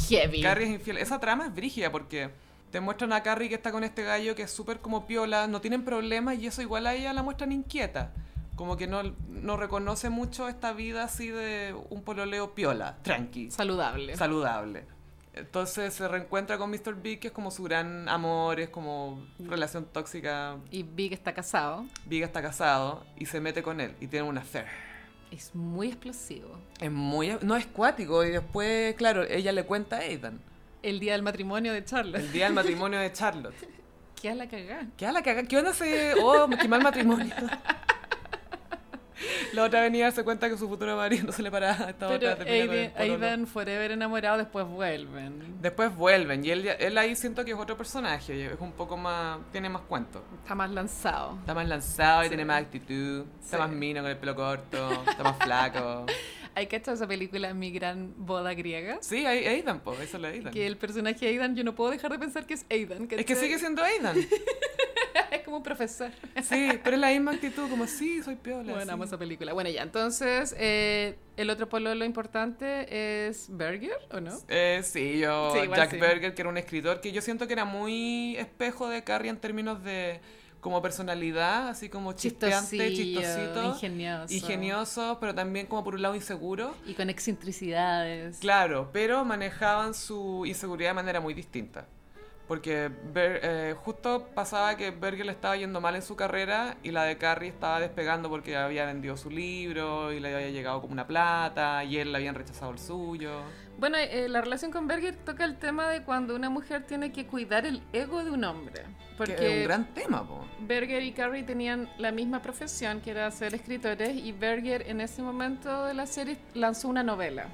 B: Heavy.
A: Carrie es infiel. Esa trama es brígida porque te muestran a Carrie que está con este gallo que es súper como piola, no tienen problemas y eso igual a ella la muestran inquieta. Como que no, no reconoce mucho esta vida así de un pololeo piola, tranqui,
B: Saludable.
A: saludable. Entonces se reencuentra con Mr. Big, que es como su gran amor, es como
B: Mm.
A: relación tóxica.
B: y Big está casado.
A: Big está casado y se mete con él y tiene una affair.
B: Es muy explosivo.
A: Es muy... No es cuático y después, claro, ella le cuenta a Aidan
B: El día del matrimonio de Charlotte.
A: el día del matrimonio de Charlotte.
B: ¿Qué a la cagá?
A: ¿Qué, ala, caga- ¿Qué onda ese? Oh, qué mal matrimonio. La otra venía a darse cuenta que su futuro marido no se le paraba a esta
B: Pero
A: otra. termina con el
B: Aiden,
A: pololo.
B: Aiden Forever enamorado después vuelven.
A: Después vuelven y él, ya- él ahí siento que es otro personaje. y Es un poco más. Tiene más cuento.
B: Está más lanzado.
A: Está más lanzado y
B: Sí.
A: tiene más actitud. Está
B: Sí.
A: más mino con el pelo corto. Está más flaco.
B: Hay que esa película Mi gran boda griega.
A: Sí, ahí- Aidan, pues. Eso es la Aidan.
B: Que el personaje de Aidan, yo no puedo dejar de pensar que es Aidan.
A: Es que
B: ¿cachai?
A: sigue siendo Aidan.
B: es como un profesor.
A: Sí, pero es la misma actitud. Como, sí, soy piola.
B: Bueno, amo
A: sí.
B: esa película. Bueno, ya, entonces, eh, el otro pololo importante es Berger, ¿o no?
A: Eh, sí, yo,
B: Sí, igual
A: Jack
B: sí.
A: Berger, que era un escritor que yo siento que era muy espejo de Carrie en términos de como personalidad, así como chispeante, chistosito,
B: ingenioso.
A: ingenioso, pero también como por un lado inseguro.
B: Y con excentricidades.
A: Claro, pero manejaban su inseguridad de manera muy distinta. Porque Ber- eh, justo pasaba que Berger le estaba yendo mal en su carrera y la de Carrie estaba despegando porque había vendido su libro y le había llegado como una plata y él le habían rechazado el suyo.
B: Bueno, eh, la relación con Berger toca el tema de cuando una mujer tiene que cuidar el ego de un hombre. Porque
A: Que es un gran tema, po.
B: Berger y Carrie tenían la misma profesión, que era ser escritores, y Berger en ese momento de la serie lanzó una novela.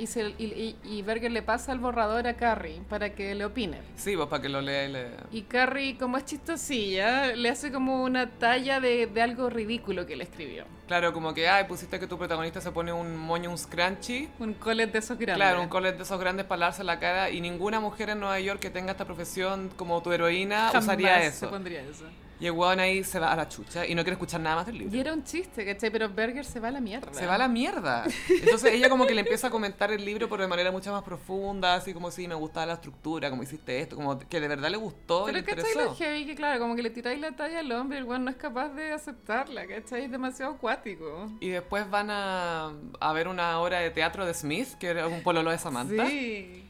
B: Y, se- y- y- y Berger le pasa el borrador a Carrie para que le opine.
A: Sí, pues para que lo lea y le...
B: Y Carrie, como es chistosilla, le hace como una talla de, de algo ridículo que le escribió.
A: Claro, como que, ay, pusiste que tu protagonista se pone un moño, un scrunchie.
B: Un colet de esos grandes.
A: Claro, un collet de esos grandes para lavarse la cara y ninguna mujer en Nueva York que tenga esta profesión como tu heroína
B: Jamás
A: Ah, usaría
B: se
A: eso.
B: pondría eso.
A: Y el weón ahí se va a la chucha y no quiere escuchar nada más del
B: Y
A: libro.
B: era un chiste, ¿cachai? Pero Berger se va a la mierda.
A: Se va a la mierda. Entonces ella como que le empieza a comentar el libro pero de manera mucho más profunda, así como si me gustaba la estructura, como hiciste esto, como que de verdad le gustó y Oh, le
B: Pero ¿cachai
A: interesó.
B: lo heavy? Que claro, como que le tiráis la talla al hombre, el weón no es capaz de aceptarla, ¿cachai? Es demasiado acuático.
A: Y después van a, a ver una obra de teatro de Smith, que era un pololo de Samantha.
B: Sí.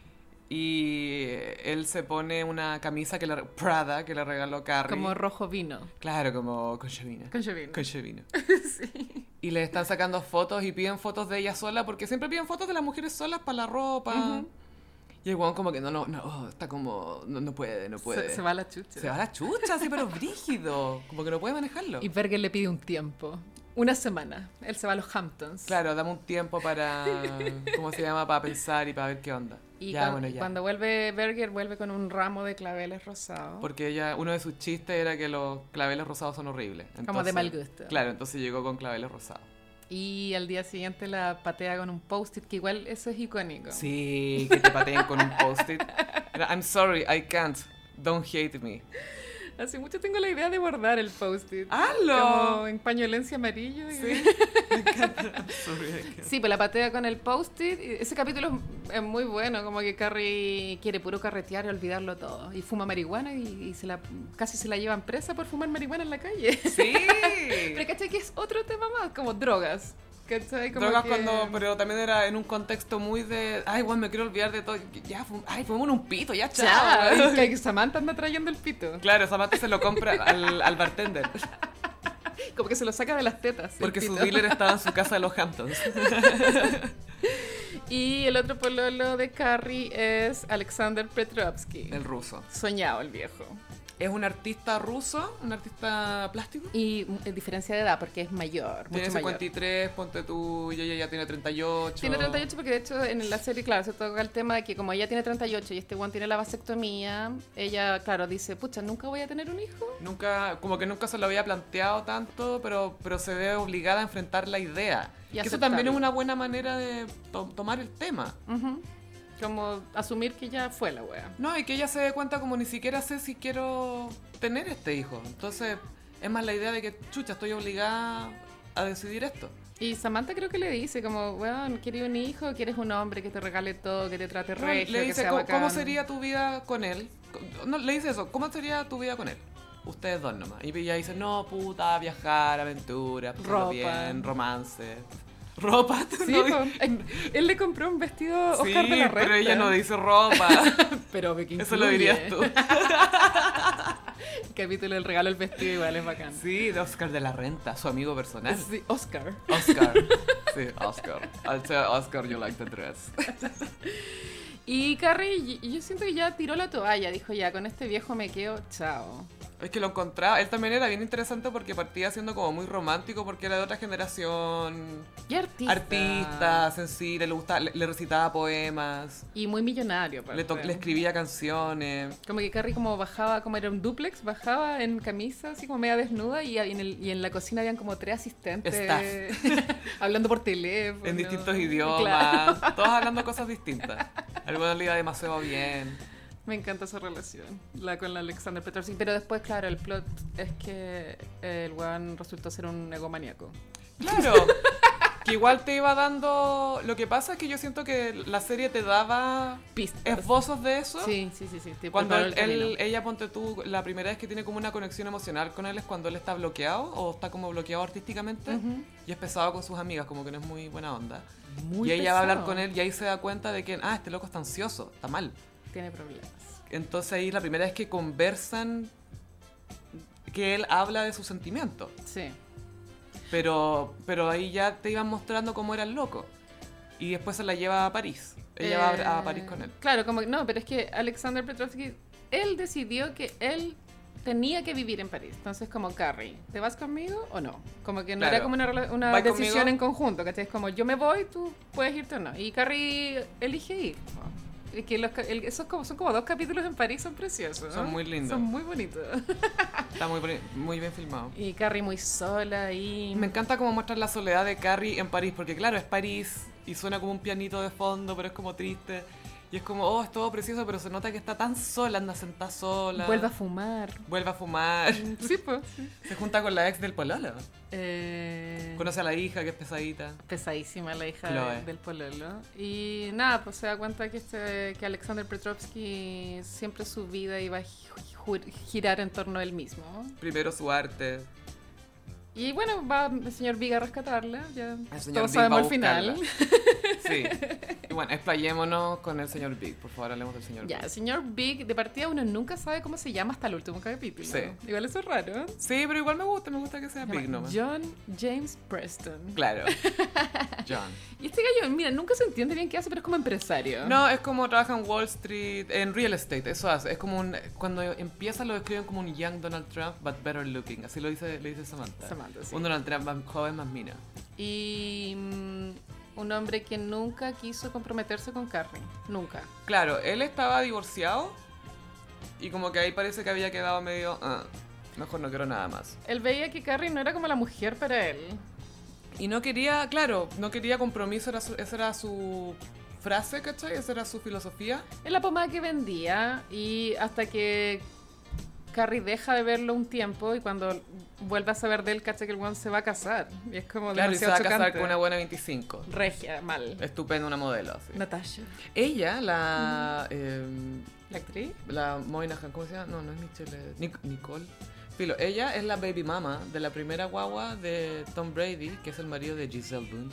A: Y él se pone una camisa que le, Prada que le regaló Carrie.
B: Como rojo vino.
A: claro, como con Chevina.
B: Con vino.
A: Con Chevina. Y le están sacando fotos y piden fotos de ella sola porque siempre piden fotos de las mujeres solas para la ropa.
B: Ujú.
A: Y el weón como que no, no, no, oh, está como, no, no puede, no puede.
B: Se, se va a la chucha.
A: Se va a la chucha, sí, pero brígido. Como que no puede manejarlo.
B: Y Berger le pide un tiempo. Una semana. Él se va a los Hamptons.
A: Claro, dame un tiempo para, ¿cómo se llama? Para pensar y para ver qué onda.
B: Y
A: ya,
B: cuan-
A: bueno, ya.
B: cuando vuelve Berger, vuelve con un ramo de claveles rosados.
A: Porque ella, uno de sus chistes era que los claveles rosados son horribles.
B: Como de mal gusto.
A: Claro, entonces llegó con claveles rosados.
B: Y al día siguiente la patea con un post-it, que igual eso es icónico.
A: Sí, que te pateen con un post-it. Era, I'm sorry, I can't. Don't hate me.
B: Hace mucho tengo la idea de bordar el post-it. Como
A: ¡Halo!
B: en pañolencia amarillo. y-
A: Ah, Sí, me encanta. I'm sorry, I can't.
B: Sí, pues la patea con el post-it. y Ese capítulo es- es muy bueno, como que Carrie quiere puro carretear y olvidarlo todo. Y fuma marihuana y, y se la, casi se la llevan presa por fumar marihuana en la calle. Pero
A: Sí.
B: ¿cachai? Que es otro tema más, como drogas. ¿Cachai? Como
A: Drogas
B: que-
A: cuando, pero también era en un contexto muy de, ay, bueno, me quiero olvidar de todo. Ya, fum- ay, fumemos un pito, ya, chao.
B: Chao. Que Samantha anda trayendo el pito.
A: Claro, Samantha se lo compra al, al bartender.
B: Como que se lo saca de las tetas. el
A: Porque su
B: pito.
A: dealer estaba en su casa de los Hamptons.
B: Y el otro pololo de Carrie es Alexander Petrovsky.
A: El ruso.
B: Soñado el viejo.
A: Es un artista ruso, un artista plástico.
B: Y mm, en diferencia de edad, porque es mayor,
A: Tiene
B: mucho mayor.
A: 53, ponte tú, y ella ya tiene 38.
B: Tiene 38 porque de hecho en la serie, claro, se toca el tema de que como ella tiene 38 y este one tiene la vasectomía, ella, claro, dice, pucha, nunca voy a tener un hijo.
A: Nunca, como que nunca se lo había planteado tanto, pero, pero se ve obligada a enfrentar la idea.
B: Y
A: Que eso
B: aceptarlo.
A: también es una buena manera de to- tomar el tema.
B: Ujú. Como asumir que ya fue la wea.
A: No, y que ella se dé cuenta como ni siquiera sé si quiero tener este hijo. Entonces, es más la idea de que, chucha, estoy obligada a decidir esto.
B: Y Samantha creo que le dice como, weón, ¿quieres un hijo? ¿Quieres un hombre que te regale todo, que te trate regio,
A: le
B: que
A: dice,
B: sea
A: "¿Cómo- ¿cómo
B: bacán?"
A: sería tu vida con él? No, le dice eso, ¿cómo sería tu vida con él? Ustedes dos nomás. Y ella dice, no, puta, viajar, aventura, pasarlo
B: Ropa.
A: bien, romance. Ropa,
B: Sí, pues,
A: no
B: po.
A: di-
B: Ay, él le compró un vestido
A: Sí,
B: Oscar de la Renta.
A: pero ella no dice ropa.
B: Pero obvio que
A: Eso lo
B: incluye.
A: dirías tú.
B: El capítulo del regalo el vestido igual es bacán.
A: Sí, de Oscar de la Renta, su amigo personal.
B: Sí, Oscar.
A: Oscar. Sí, Oscar. I'll tell Oscar you like the dress.
B: Y Carrie, y- y yo siento que ya tiró la toalla, dijo ya, con este viejo me quedo, chao.
A: Es que lo encontraba. Él también era bien interesante porque partía siendo como muy romántico porque era de otra generación.
B: Y artista.
A: Artista, sensible, le, gustaba, le, le recitaba poemas,
B: Y muy millonario. aparte.
A: le, to- le escribía canciones.
B: Como que Carrie como bajaba, como era un duplex, bajaba en camisa, así como media desnuda, y, en, el- y en la cocina habían como tres asistentes hablando por teléfono.
A: En distintos
B: Claro.
A: idiomas, todos hablando cosas distintas. Algunos le iba demasiado bien.
B: Me encanta esa relación, la con la Alexander Petrovsky. Pero después, claro, el plot es que el weón resultó ser un egomaníaco.
A: Claro. Que igual te iba dando. Lo que pasa es que yo siento que la serie te daba
B: Pistas.
A: esbozos de eso.
B: Sí, sí, sí, sí. tipo,
A: Cuando
B: el valor
A: él,
B: del
A: él-
B: camino.
A: ella ponte tú, la primera vez que tiene como una conexión emocional con él es cuando él está bloqueado o está como bloqueado artísticamente
B: Ujú.
A: y es pesado con sus amigas, como que no es muy buena onda.
B: Muy
A: y ella va a hablar
B: pesado.
A: con él y ahí se da cuenta de que, ah, este loco está ansioso, está mal.
B: Tiene problemas.
A: Entonces ahí la primera vez que conversan, que él habla de sus sentimientos.
B: Sí.
A: Pero, pero ahí ya te iban mostrando cómo era el loco. Y después se la lleva a París. Ella va a- a
B: Eh,
A: París con él.
B: Claro, como que- no, pero es que Alexander Petrovsky, él decidió que él tenía que vivir en París. Entonces, como Carrie, ¿te vas conmigo o no? Como que no
A: Claro.
B: era como una, rela- una
A: ¿Vai
B: decisión
A: conmigo?
B: en conjunto, ¿cachai? Es como yo me voy, tú puedes irte o no. Y Carrie elige ir. Es que los ca- el- esos como, son como dos capítulos en París, son preciosos.
A: Son
B: ¿no?
A: muy lindos.
B: Son muy bonitos.
A: Está muy, boni- muy bien filmado.
B: Y Carrie muy sola y...
A: Y me encanta cómo muestran la soledad de Carrie en París, porque claro, es París y suena como un pianito de fondo, pero es como triste. Y es como, oh, es todo precioso, pero se nota que está tan sola, anda sentada sola.
B: Vuelve a fumar.
A: Vuelve a fumar.
B: Sí, pues. sí.
A: Se junta con la ex del pololo.
B: Eh,
A: Conoce a la hija, que es pesadita.
B: pesadísima la hija
A: Chloe.
B: de- del pololo. Y nada, pues se da cuenta que, este, que Alexander Petrovsky siempre su vida iba a gi- ju- girar en torno a él mismo.
A: Primero su arte.
B: Y bueno, va el señor Viga a rescatarla. Ya
A: El señor
B: todos
A: Big va a
B: sabemos el final.
A: buscarla. Sí. Y bueno, explayémonos con el señor Big. Por favor, hablemos del señor
B: Ya, el
A: Big.
B: señor Big, de partida uno nunca sabe cómo se llama hasta el último capítulo.
A: Sí.
B: Igual eso es raro.
A: Sí, pero igual me gusta, me gusta que sea
B: Se
A: Big
B: llama
A: nomás.
B: John James Preston.
A: Claro. John.
B: Y este gallo, mira, nunca se entiende bien qué hace, pero es como empresario.
A: No, es como trabaja en Wall Street, en real estate, eso hace. Es como un, cuando empieza lo describen como un young Donald Trump, but better looking. Así lo dice, le dice Samantha.
B: Samantha, sí.
A: Un Donald Trump más joven, más mina.
B: Y mm, un hombre que nunca quiso comprometerse con Carrie. Nunca.
A: Claro, él estaba divorciado y como que ahí parece que había quedado medio, "Ah, mejor no quiero nada más.
B: Él veía que Carrie no era como la mujer para él.
A: Y no quería, claro, no quería compromiso, era su- esa era su frase, ¿cachai? Esa era su filosofía.
B: Es la pomada que vendía y hasta que Carrie deja de verlo un tiempo y cuando vuelve a saber de él, cacha que el one se va a casar. Y es como
A: Claro, y se
B: demasiado
A: va a casar
B: chocante.
A: con una buena 25.
B: Regia, mal.
A: Estupenda, una modelo. así.
B: Natasha.
A: Ella, la... em,
B: ¿La actriz?
A: La Moynihan, ¿cómo se llama? No, no es Michelle, es Nic- Nicole. Filo, ella es la baby mama de la primera guagua de Tom Brady, que es el marido de Giselle Bunch.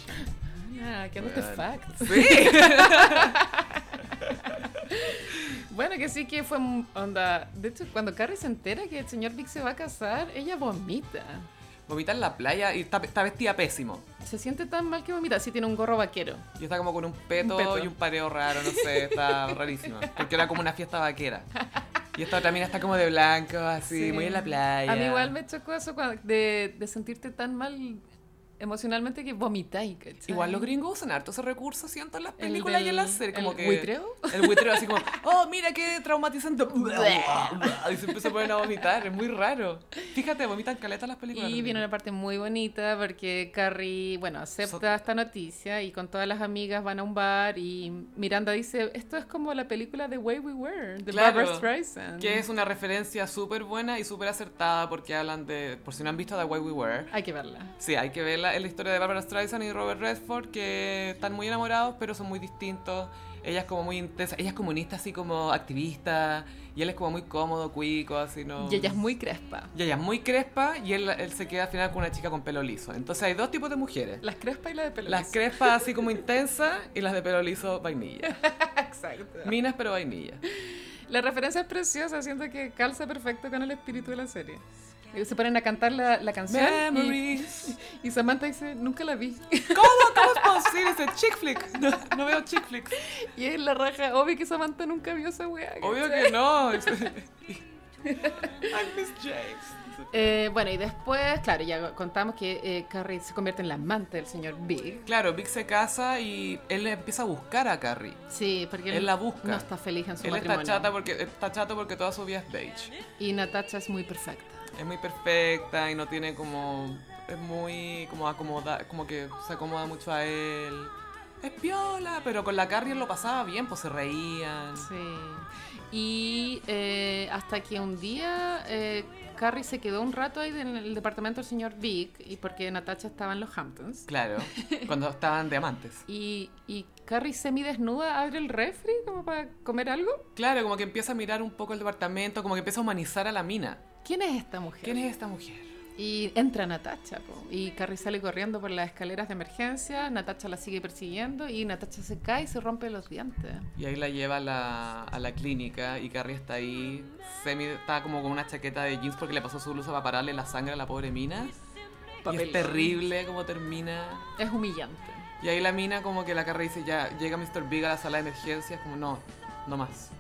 B: Ah, que
A: Weón.
B: andaste facts.
A: Sí.
B: Bueno, que sí que fue onda. De hecho, cuando Carrie se entera que el señor Big se va a casar, ella vomita.
A: Vomita en la playa y está, está vestida pésimo.
B: Se siente tan mal que vomita si tiene un gorro vaquero.
A: Y está como con un peto,
B: Un peto.
A: y un pareo raro, no sé, está rarísimo. Porque era como una fiesta vaquera. Y esta otra mina está como de blanco, así,
B: Sí.
A: muy en la playa.
B: A mí igual me chocó eso cuando- de, de sentirte tan mal emocionalmente que vomitáis, ¿cachai?
A: Igual los gringos usan harto ese recurso, siento, en las
B: El
A: películas y en las
B: del-
A: series. Como
B: el
A: que
B: buitreo.
A: El buitreo, así como, oh, mira qué traumatizante. y siempre se ponen a vomitar, es muy raro. Fíjate, vomitan caleta las películas.
B: Y
A: los
B: viene
A: gringos.
B: una parte muy bonita porque Carrie, bueno, acepta esta noticia y con todas las amigas van a un bar y Miranda dice, esto es como la película The Way We Were, de
A: Claro,
B: Barbra Streisand.
A: Que es una referencia súper buena y súper acertada porque hablan de, por si no han visto The Way We Were.
B: Hay que verla.
A: Sí, hay que ver la, es la historia de Barbara Streisand y Robert Redford que están muy enamorados pero son muy distintos. Ella es como muy intensa, ella es comunista así como activista y él es como muy cómodo, cuico, así no...
B: Y ella es muy crespa.
A: Y ella es muy crespa y él, él se queda al final con una chica con pelo liso. Entonces hay dos tipos de mujeres.
B: Las crespas y las de pelo.
A: Las
B: liso.
A: crespas así como intensas y las de pelo liso vainilla.
B: Exacto.
A: Minas pero vainilla.
B: La referencia es preciosa, siento que calza perfecto con el espíritu de la serie. Eh, Se ponen a cantar la, la canción y,
A: Memories.
B: y Samantha dice, nunca la vi.
A: ¿Cómo? ¿Cómo es posible ese chick flick? No, no veo chick flicks.
B: Y es la raja, obvio que Samantha nunca vio esa weá. ¿cachai?
A: Obvio que no. I miss James.
B: Eh, bueno, y después, claro, ya contamos que eh, Carrie se convierte en la amante del señor Big.
A: Claro, Vic se casa y él empieza a buscar a Carrie.
B: Sí, porque
A: Él la busca.
B: no está feliz en su
A: Él
B: matrimonio.
A: está, chata porque, está chato porque toda su vida es beige.
B: Y Natasha es muy perfecta.
A: es muy perfecta y no tiene como es muy como acomoda como que se acomoda mucho a él es piola pero con la Carrie lo pasaba bien pues se reían
B: Sí. Y eh, hasta que un día eh, Carrie se quedó un rato ahí en el departamento del señor Big, y porque Natasha estaba en los Hamptons.
A: claro cuando estaban diamantes
B: Y, y Carrie semidesnuda abre el refri como para comer algo.
A: claro como que empieza a mirar un poco el departamento como que empieza a humanizar a la mina
B: ¿Quién es esta mujer?
A: quién es esta mujer
B: Y entra Natacha, po, y Carrie sale corriendo por las escaleras de emergencia, Natacha la sigue persiguiendo y Natacha se cae y se rompe los dientes.
A: y ahí la lleva a la, a la clínica y Carrie está ahí semi está como con una chaqueta de jeans porque le pasó su blusa para pararle la sangre a la pobre mina y
B: Papelón.
A: es terrible como termina
B: Es humillante.
A: Y ahí la mina como que la carrera dice, ya, llega Mr. Big a la sala de emergencias, como no, no más.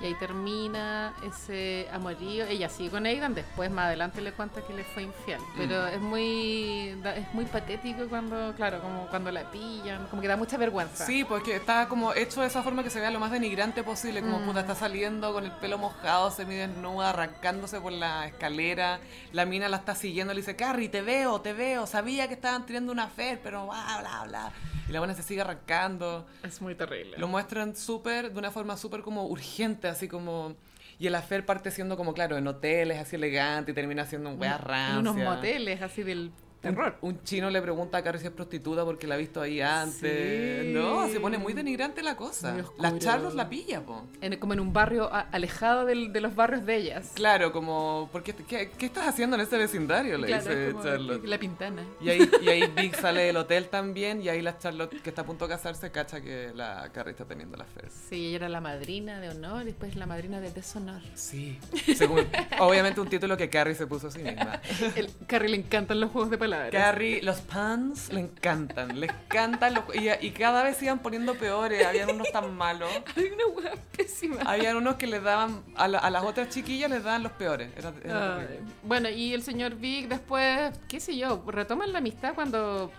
B: Y ahí termina ese amorío. Ella sigue con Aidan, después más adelante le cuenta que le fue infiel.
A: Mm.
B: Pero es muy da- es muy patético cuando, claro, como cuando la pillan, como que da mucha vergüenza.
A: Sí, porque está como hecho de esa forma que se vea lo más denigrante posible, como
B: Mm.
A: puta, está saliendo con el pelo mojado, semidesnuda, arrancándose por la escalera, la mina la está siguiendo, le dice, Carrie, te veo, te veo, sabía que estaban teniendo una fe, pero bla, bla, bla. Y la buena se sigue arrancando.
B: Es muy terrible.
A: Lo muestran súper, de una forma súper como urgente, así como... Y el afer parte siendo como, claro, en hoteles, así elegante, y termina siendo un
B: Un-
A: wea
B: en
A: rancia.
B: unos moteles así del terror.
A: Un, un chino le pregunta a Carrie si es prostituta porque la ha visto ahí antes.
B: Sí.
A: No, se pone muy denigrante la cosa.
B: Muy oscuro.
A: La Charlos la pilla, po.
B: En- como en un barrio a- alejado del- de los barrios de ellas.
A: Claro, como, porque ¿qué, qué estás haciendo en este vecindario? Le
B: Claro, es
A: dice
B: como
A: Charlotte.
B: La pintana.
A: Y ahí, y ahí Big sale del hotel también y ahí la Charlotte, que está a punto de casarse, cacha que la Carrie está teniendo la fe.
B: Sí, ella era la madrina de honor y después la madrina de deshonor.
A: Sí, según- obviamente un título que Carrie se puso a sí misma.
B: El Carrie le encantan los juegos de palabras.
A: Carrie, los pans le encantan, le encantan los... Y, y cada vez se iban poniendo peores, habían unos tan malos.
B: Hay una hueá pésima.
A: Habían unos que les daban, a, la- a las otras chiquillas les daban los peores. Era, era
B: Ay.
A: terrible.
B: Ah, bueno, y el señor Vic después, qué sé yo, retoman la amistad cuando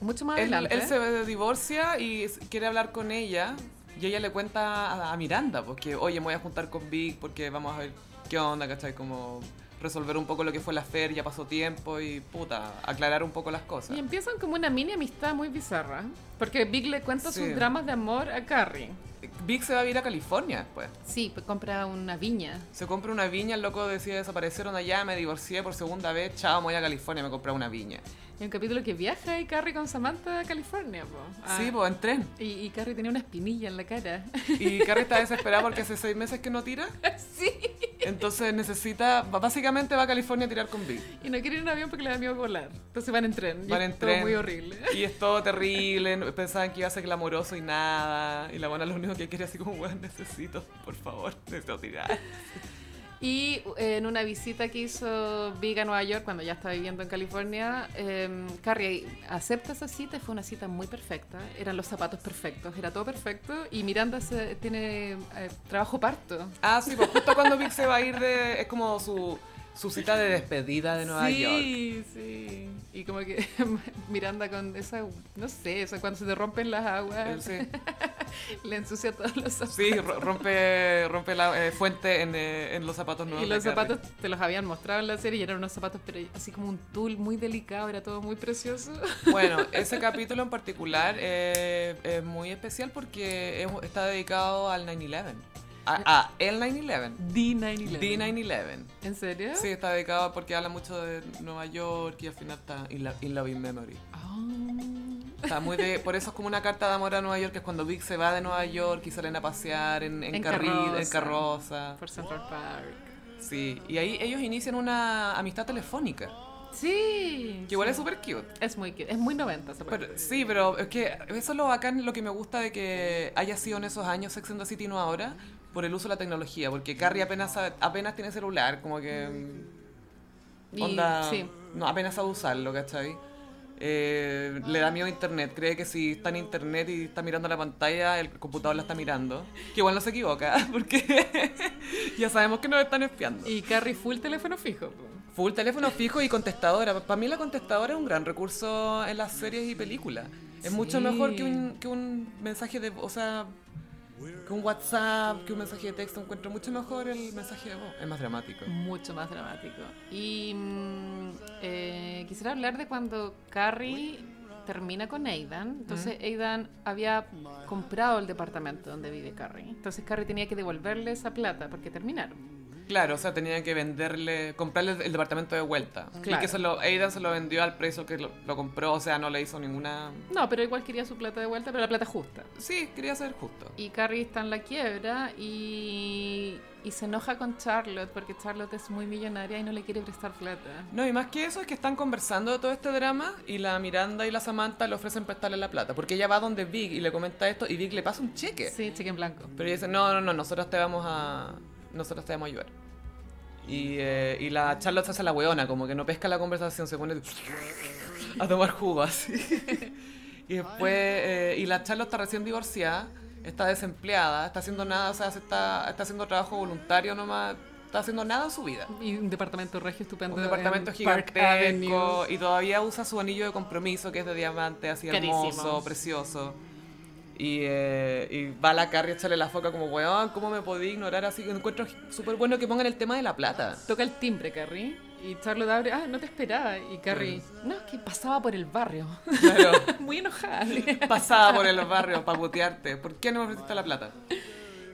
B: mucho más
A: Él,
B: adelante.
A: él se divorcia y s- quiere hablar con ella. Y ella le cuenta a, a Miranda, porque, oye, me voy a juntar con Vic porque vamos a ver qué onda, ¿cachai? Como resolver un poco lo que fue la fer, ya pasó tiempo y puta, aclarar un poco las cosas.
B: Y em empiezan como una mini amistad muy bizarra, porque Vic le cuenta
A: Sí.
B: sus dramas de amor a Carrie.
A: Vic se va a ir a California después.
B: Sí, pues compra una viña.
A: Se compra una viña, el loco decide desaparecieron allá, me divorcié por segunda vez, chao, me voy a California, me compré una viña.
B: Hay un capítulo que viaja y Carrie con Samantha a California, po. Ah,
A: Sí, pues en tren.
B: Y, y Carrie tenía una espinilla en la cara.
A: Y Carrie está desesperada porque hace seis meses que no tira.
B: sí.
A: Entonces necesita, b- básicamente va a California a tirar con Big.
B: Y no quieren un avión porque le da miedo volar. Entonces van en tren. y
A: Van en
B: es todo
A: tren.
B: muy horrible.
A: Y es todo terrible, no- pensaban que iba a ser glamoroso y nada. Y la buena lo único que quiere así como, weón, necesito, por favor, necesito tirar.
B: Y eh, en una visita que hizo Big a Nueva York, cuando ya estaba viviendo en California, eh, Carrie acepta esa cita y fue una cita muy perfecta. Eran los zapatos perfectos, era todo perfecto. Y Miranda se- tiene eh, trabajo parto.
A: Ah, sí, pues justo cuando Vic se va a ir de... Es como su, su cita de despedida de Nueva York.
B: sí, sí. Y como que Miranda con esa, no sé, o sea, cuando se te rompen las
A: Él
B: aguas,
A: sí,
B: le ensucia todos los zapatos.
A: sí, ro- rompe, rompe la eh, fuente en, eh, en los zapatos nuevos.
B: Y
A: de
B: los
A: Carrie.
B: zapatos te los habían mostrado en la serie y eran unos zapatos pero así como un tul muy delicado, era todo muy precioso.
A: Bueno, ese capítulo en particular eh, es muy especial porque es- está dedicado al 9-11. A, a el 9-11.
B: D911.
A: D9-11.
B: ¿En serio?
A: Sí, está dedicado porque habla mucho de Nueva York y al final está In, la, in Love in Memory.
B: Ah.
A: Está muy de, por eso es como una carta de amor a Nueva York, que es cuando Vic se va de Nueva York y salen a pasear en, en,
B: En
A: carri- en
B: carroza.
A: carroza.
B: Por Central Park.
A: Sí, y ahí ellos inician una amistad telefónica,
B: Sí.
A: que igual
B: sí.
A: es súper cute.
B: Es muy, cute, es muy 90 esa parte.
A: Pero- sí, pero es que eso es lo bacán, lo que me gusta de que haya sido en esos años Sex and the City, no ahora, por el uso de la tecnología, porque Carrie apenas, sabe- apenas tiene celular, como que... mm,
B: Y-
A: Onda,
B: sí.
A: no, apenas sabe usarlo, ¿cachai? Eh, le da miedo internet, cree que si está en internet y está mirando la pantalla, el computador la está mirando. Que igual no se equivoca, porque ya sabemos que nos están espiando.
B: Y Carrie full teléfono fijo. po.
A: Full teléfono fijo y contestadora. Para mí la contestadora es un gran recurso en las series y películas. Es mucho
B: Sí.
A: mejor que un, que un mensaje de... O sea, que un WhatsApp, que un mensaje de texto. Encuentro mucho mejor el mensaje de voz. Es más dramático.
B: Mucho más dramático. Y mm, eh, quisiera hablar de cuando Carrie termina con Aidan. Entonces Aidan había comprado el departamento donde vive Carrie. Entonces Carrie tenía que devolverle esa plata porque terminaron.
A: Claro, o sea, tenían que venderle... Comprarle el departamento de vuelta. Y
B: Claro.
A: que se lo, Aidan se lo vendió al precio que lo, lo compró. O sea, no le hizo ninguna...
B: No, pero igual quería su plata de vuelta, pero la plata justa.
A: Sí, quería ser justo.
B: Y Carrie está en la quiebra y, y se enoja con Charlotte porque Charlotte es muy millonaria y no le quiere prestar plata.
A: No, y más que eso es que están conversando de todo este drama y la Miranda y la Samantha le ofrecen prestarle la plata. Porque ella va donde Vic y le comenta esto y Vic le pasa un cheque.
B: Sí, cheque en blanco.
A: Pero ella dice, no, no, no, nosotros te vamos a... Nosotros te vamos a ayudar. Y, eh, y la Charlotte se hace la weona, como que no pesca la conversación, se pone a tomar jugo así. Y después, eh, y la Charlotte está recién divorciada, está desempleada, está haciendo nada, o sea, se está, está haciendo trabajo voluntario nomás, está haciendo nada en su vida.
B: Y un departamento regio estupendo.
A: Un departamento
B: en Park Avenue.
A: gigantesco y todavía usa su anillo de compromiso que es de diamante, así
B: Carísimo.
A: hermoso, precioso. Y, eh, y va la Carrie a echarle la foca como, weón, ¿cómo me podía ignorar así? Encuentro súper bueno que pongan el tema de la plata.
B: Toca el timbre, Carrie. Y Charlotte abre, ah, no te esperaba. Y Carrie, no, es que pasaba por el barrio.
A: Claro,
B: Muy enojada.
A: pasaba por el barrio para putearte. ¿Por qué no me ofreciste la plata?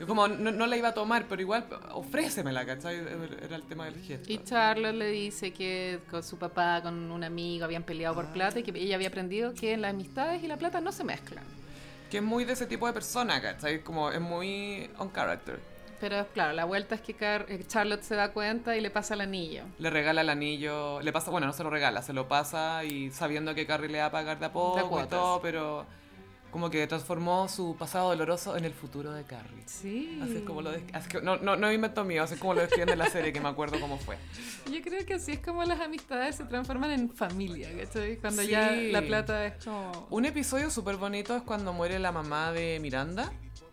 A: Y como, no, no la iba a tomar, pero igual, ofrécemela, ¿cachai? Era el tema del gesto.
B: Y Charlotte le dice que con su papá, con un amigo, habían peleado
A: Ah.
B: por plata y que ella había aprendido que las amistades y la plata no se mezclan.
A: Que es muy de ese tipo de persona, ¿cachai? Como, es muy on character.
B: Pero claro, la vuelta es que Car- eh, Charlotte se da cuenta y le pasa el anillo.
A: Le regala el anillo, le pasa, bueno, no se lo regala, se lo pasa y sabiendo que Carrie le va a pagar de a poco y
B: cuotas.
A: todo, pero como que transformó su pasado doloroso en el futuro de Carrie.
B: Sí.
A: Así es como lo des- así que- no, no, no invento mío, así es como lo describen de la serie, que me acuerdo cómo fue.
B: Yo creo que así es como las amistades se transforman en familia, ¿cachai? Cuando
A: Sí.
B: ya la plata es como...
A: Un episodio súper bonito es cuando muere la mamá de Miranda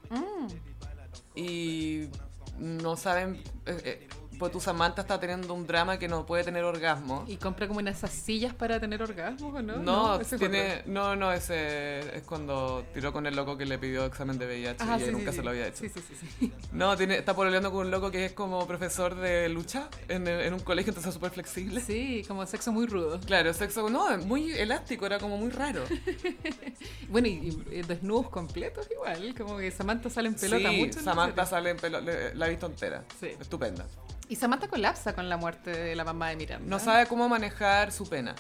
B: Mm.
A: y no saben, eh, eh, pues tu Samantha está teniendo un drama que no puede tener orgasmo.
B: Y compra como unas esas sillas para tener orgasmos, ¿o no?
A: No,
B: ese es
A: tiene, no, no, ese es cuando tiró con el loco que le pidió examen de VIH
B: otro. Ah,
A: y
B: sí,
A: nunca
B: sí,
A: se lo
B: sí.
A: había hecho.
B: Sí, sí, sí, sí.
A: No, tiene, está pololeando con un loco que es como profesor de lucha en, en un colegio, entonces es súper flexible.
B: Sí, como sexo muy rudo.
A: Claro, sexo, no, muy elástico, era como muy raro.
B: Bueno, y, y desnudos completos igual, como que Samantha sale en pelota
A: sí,
B: mucho. en la
A: Samantha
B: serie.
A: sale en pelo, le- la he visto entera.
B: Sí.
A: Estupenda. Ah.
B: Y Samantha colapsa con la muerte de la mamá de Miranda.
A: No sabe cómo manejar su pena.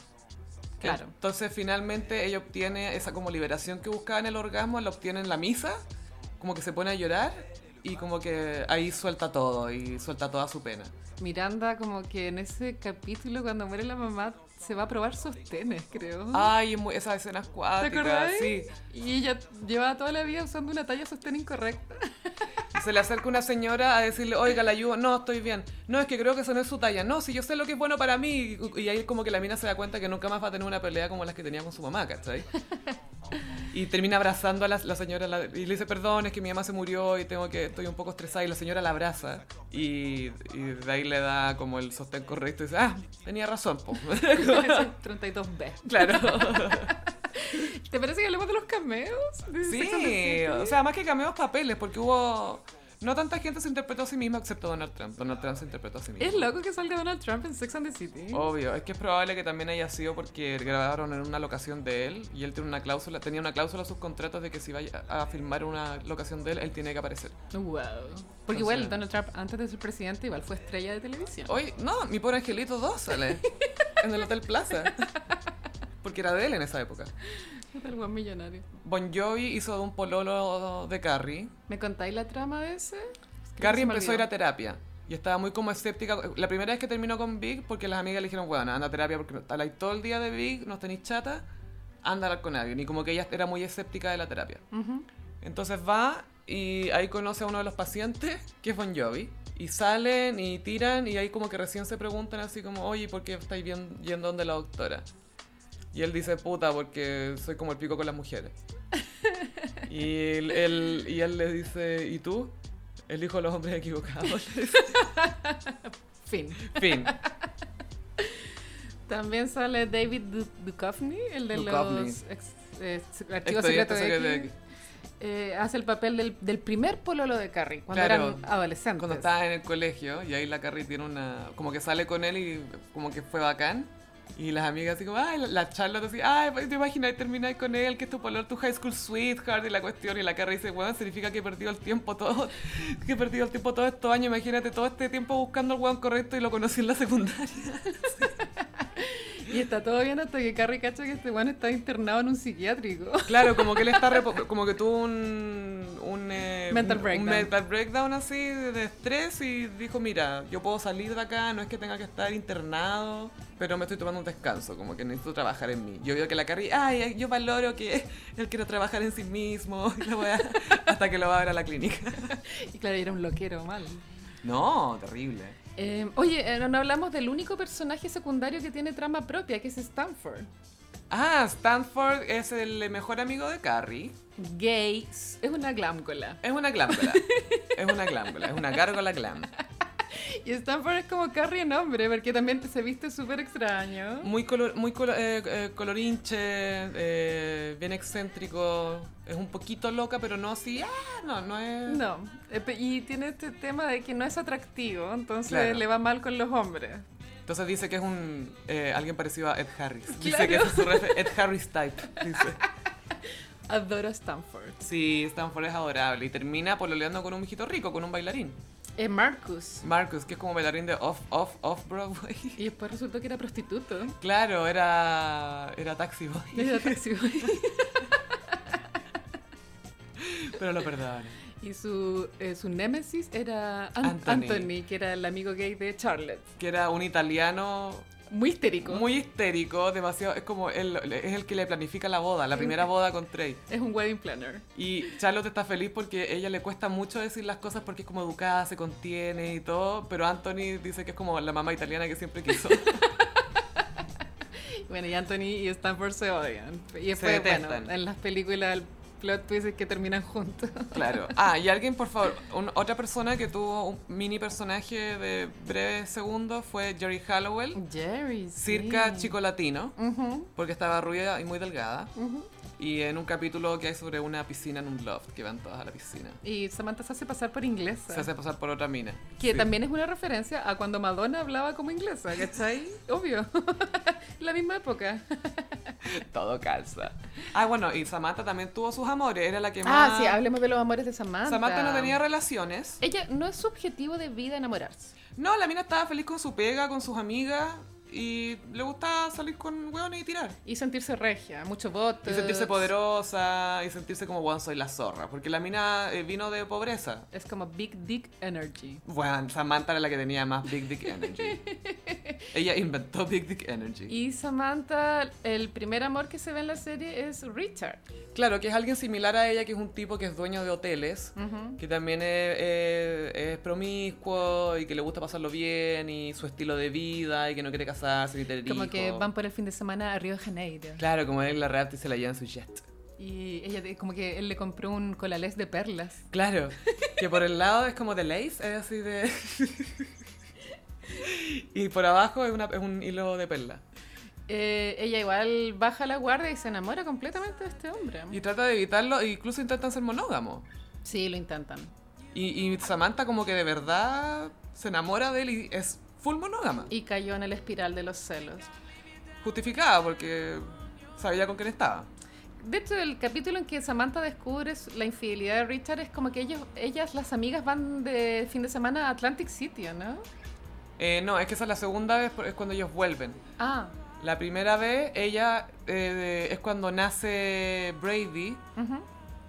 B: Claro.
A: Entonces finalmente ella obtiene esa como liberación que buscaba en el orgasmo, la obtiene en la misa, como que se pone a llorar y como que ahí suelta todo y suelta toda su pena.
B: Miranda como que en ese capítulo cuando muere la mamá se va a probar sostenes, creo.
A: Ay, es muy- esas escenas
B: ¿Te
A: cuáticas,
B: acordáis?
A: Ah, sí.
B: Y ella lleva toda la vida usando una talla sostén incorrecta.
A: Y se le acerca una señora a decirle, oiga, la ayudo, no, estoy bien. No, es que creo que eso no es su talla. No, si yo sé lo que es bueno para mí. Y, y ahí como que la mina se da cuenta que nunca más va a tener una pelea como las que tenía con su mamá, ¿cachai? Y termina abrazando a la, la señora la- y le dice, perdón, es que mi mamá se murió y tengo que, estoy un poco estresada. Y la señora la abraza y, y de ahí le da como el sostén correcto y dice, ah, tenía razón, po.
B: 32B.
A: claro.
B: ¿Te parece que hablemos de los cameos? de Sex and the
A: Sí,
B: City?
A: o sea, más que cambios papeles, porque hubo... No tanta gente se interpretó a sí misma excepto Donald Trump. Donald Trump se interpretó a sí mismo.
B: Es loco que salga Donald Trump en Sex and the City.
A: Obvio, es que es probable que también haya sido porque grabaron en una locación de él y él tiene una cláusula, tenía una cláusula en sus contratos de que si vaya a filmar una locación de él, él tiene que aparecer.
B: Wow.
A: O
B: Porque igual
A: sea-
B: Donald Trump, antes de ser presidente, igual fue estrella de televisión.
A: Hoy, no, mi pobre angelito 2 sale en el Hotel Plaza. Porque era de él en esa época.
B: El buen millonario.
A: Bon Jovi hizo de un pololo de Carrie.
B: ¿Me contáis la trama de ese? Es que
A: Carrie
B: se me
A: empezó a ir
B: olvidó.
A: a terapia y estaba muy como escéptica. La primera vez que terminó con Big, porque las amigas le dijeron, bueno, anda a terapia porque habláis todo el día de Big, no tenéis chata, anda a hablar con alguien. Y como que ella era muy escéptica de la terapia.
B: Ujú.
A: Entonces va y ahí conoce a uno de los pacientes, que es Bon Jovi. Y salen y tiran y ahí como que recién se preguntan así como, oye, ¿por qué estáis bien- yendo donde la doctora? Y él dice, puta, porque soy como el pico con las mujeres. y, él, él- y él le dice, ¿y tú? Elijo a los hombres equivocados.
B: Fin.
A: fin.
B: También sale David Du- Duchovny, el de
A: Duchovny.
B: los ex- eh, sec- archivos
A: Expediente
B: secretos de
A: secreto
B: X. Eh, hace el papel del, del primer pololo de Carrie, cuando
A: Claro.
B: eran adolescentes.
A: Cuando estaba en el colegio y ahí la Carrie tiene una... Como que sale con él y como que fue bacán. Y las amigas así como, ay, la- la charla así, ay, pues, te imaginas terminar con él, que es tu polor, tu high school sweetheart y la cuestión. Y la Carrie dice, bueno, significa que he perdido el tiempo todo, que he perdido el tiempo todo estos años. Imagínate todo este tiempo buscando el weón correcto y lo conocí en la secundaria.
B: Y está todo bien hasta que Carrie cacha que este bueno está internado en un psiquiátrico.
A: Claro, como que él está, repo- como que tuvo un... un eh,
B: Mental
A: un-
B: breakdown.
A: Un mental breakdown así de de estrés y dijo, mira, yo puedo salir de acá, no es que tenga que estar internado, pero me estoy tomando un descanso, como que necesito trabajar en mí. Yo veo que la Carrie, ay, yo valoro que él quiere trabajar en sí mismo, y la weá, hasta que lo va a ver a la clínica.
B: Y claro, era un loquero mal.
A: No, terrible.
B: Eh, oye, eh, no no hablamos del único personaje secundario que tiene trama propia, que es Stanford.
A: Ah, Stanford es el mejor amigo de Carrie.
B: Gay, es una glámcola.
A: Es una glámbola. Es una glámbola, es una gárgola glam.
B: Y Stanford es como Carrie en hombre, porque también se viste súper extraño.
A: Muy, color, muy colo- eh, eh, colorinche, eh, bien excéntrico, es un poquito loca, pero no así, ah, no, no es...
B: No, eh, pe- y tiene este tema de que no es atractivo, entonces
A: Claro.
B: le va mal con los hombres.
A: Entonces dice que es un eh, alguien parecido a Ed Harris. Dice
B: Claro.
A: que ese es su refe- Ed Harris type, dice.
B: Adoro Stanford.
A: Sí, Stanford es adorable y termina pololeando con un mijito rico, con un bailarín.
B: Eh, Marcus.
A: Marcus, que es como bailarín de off, off, off Broadway.
B: Y después resultó que era prostituto.
A: Claro, era, era taxi boy,
B: Era taxi boy.
A: pero lo perdonan.
B: Y su, eh, su némesis era An-
A: Anthony.
B: Anthony, que era el amigo gay de Charlotte.
A: Que era un italiano
B: Muy histérico.
A: Muy histérico, demasiado. Es como el, es el que le planifica la boda, la primera boda con Trey.
B: Es un wedding planner.
A: Y Charlotte está feliz porque a ella le cuesta mucho decir las cosas porque es como educada, se contiene y todo. Pero Anthony dice que es como la mamá italiana que siempre quiso.
B: Bueno, y Anthony y Stanford se odian. Y después, bueno,
A: detestan.
B: en las películas el plot twist es que terminan juntos.
A: claro. Ah, y alguien, por favor, un- otra persona que tuvo un mini personaje de breves segundos fue Jerry Hallowell,
B: Jerry,
A: circa chico latino,
B: Ujú,
A: porque estaba rubia y muy delgada.
B: ujú.
A: Y en un capítulo que hay sobre una piscina en un loft, que van todas a la piscina.
B: Y Samantha se hace pasar por inglesa.
A: Se hace pasar por otra mina.
B: Que
A: Sí.
B: también es una referencia a cuando Madonna hablaba como inglesa, ¿cachai? Obvio. La misma época.
A: Todo calza. Ah, bueno, y Samantha también tuvo sus amores, era la que más...
B: Ah, sí, hablemos de los amores de Samantha.
A: Samantha no tenía relaciones.
B: Ella no es su objetivo de vida enamorarse.
A: No, la mina estaba feliz con su pega, con sus amigas, y le gustaba salir con hueones y tirar.
B: Y sentirse regia, mucho voto.
A: Y sentirse poderosa, y sentirse como, bueno, soy la zorra, porque la mina eh, vino de pobreza.
B: Es como Big Dick Energy.
A: Bueno, Samantha era la que tenía más Big Dick Energy. Ella inventó Big Dick Energy.
B: Y Samantha, el primer amor que se ve en la serie es Richard.
A: Claro, que es alguien similar a ella, que es un tipo que es dueño de hoteles,
B: Ujú.
A: que también es, es- es promiscuo y que le gusta pasarlo bien y su estilo de vida y que no quiere casarse ni tener
B: Como
A: hijos.
B: que van por el fin de semana a Río de Janeiro.
A: Claro, como él la rapta y se la lleva en su jet.
B: Y ella, te- como que él le compró un colalés de perlas.
A: Claro, que por el lado es como de lace, es así de... y por abajo es, una- es un hilo de perla.
B: Eh, ella igual baja la guardia y se enamora completamente de este hombre.
A: Y trata de evitarlo e incluso intentan ser monógamos.
B: Sí, lo intentan.
A: Y, y Samantha como que de verdad se enamora de él y es full monógama.
B: Y cayó en el espiral de los celos.
A: Justificada porque sabía con quién estaba.
B: De hecho, el capítulo en que Samantha descubre su- la infidelidad de Richard es como que ellos, ellas, las amigas, van de fin de semana a Atlantic City, ¿o ¿no?
A: Eh, no, es que esa es la segunda vez, es cuando ellos vuelven.
B: Ah,
A: La primera vez, ella eh, es cuando nace Brady.
B: ujú,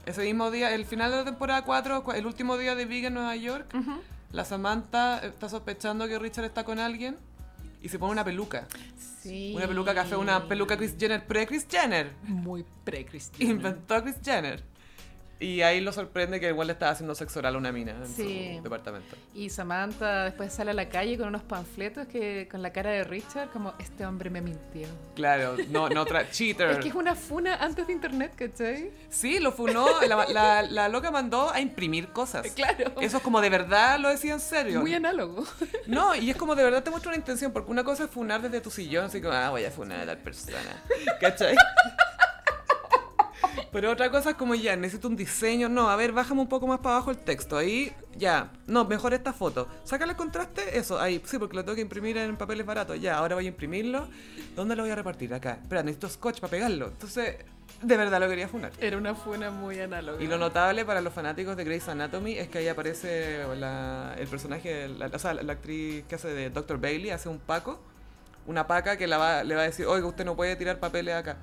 A: Ese mismo día, el final de la temporada 4, cua- el último día de Big en Nueva York,
B: ujú.
A: la Samantha está sospechando que Richard está con alguien y se pone una peluca.
B: sí.
A: Una peluca café, una peluca Chris Jenner, pre-Chris Jenner.
B: muy pre-cristiana.
A: Inventó a Kris Jenner. Y ahí lo sorprende que igual le estaba haciendo sexo oral a una mina en
B: Sí.
A: su departamento.
B: Y Samantha después sale a la calle con unos panfletos que con la cara de Richard, como este hombre me mintió.
A: Claro, no, no tra- cheater.
B: Es que es una funa antes de internet, ¿cachai?
A: Sí, lo funó, la, la- la loca mandó a imprimir cosas.
B: Claro.
A: Eso es como de verdad lo decía en serio.
B: Muy análogo.
A: No, y es como de verdad te muestra una intención, porque una cosa es funar desde tu sillón, así como, ah, voy a funar a tal persona. ¿Cachai? Pero otra cosa es como, ya, necesito un diseño. No, a ver, bájame un poco más para abajo el texto. Ahí, ya. No, mejor esta foto. Sácale el contraste, eso, ahí. Sí, porque lo tengo que imprimir en papeles baratos. Ya, ahora voy a imprimirlo. ¿Dónde lo voy a repartir? Acá. Espera, necesito scotch para pegarlo. Entonces, de verdad lo quería funar.
B: Era una funa muy análoga.
A: Y lo notable para los fanáticos de Grey's Anatomy es que ahí aparece la- el personaje, la, o sea, la actriz que hace de Dr. Bailey, hace un paco, una paca que la va- le va a decir, oiga, usted no puede tirar papeles acá.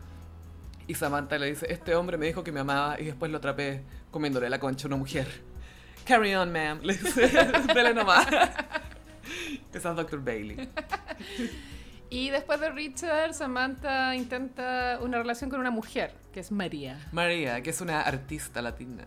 A: Y Samantha le dice, este hombre me dijo que me amaba y después lo atrapé comiéndole la concha a una mujer. Carry on, ma'am. Le dice, dele nomás. Esa es Dr. Bailey.
B: Y después de Richard, Samantha intenta una relación con una mujer, que es María.
A: María, que es una artista latina.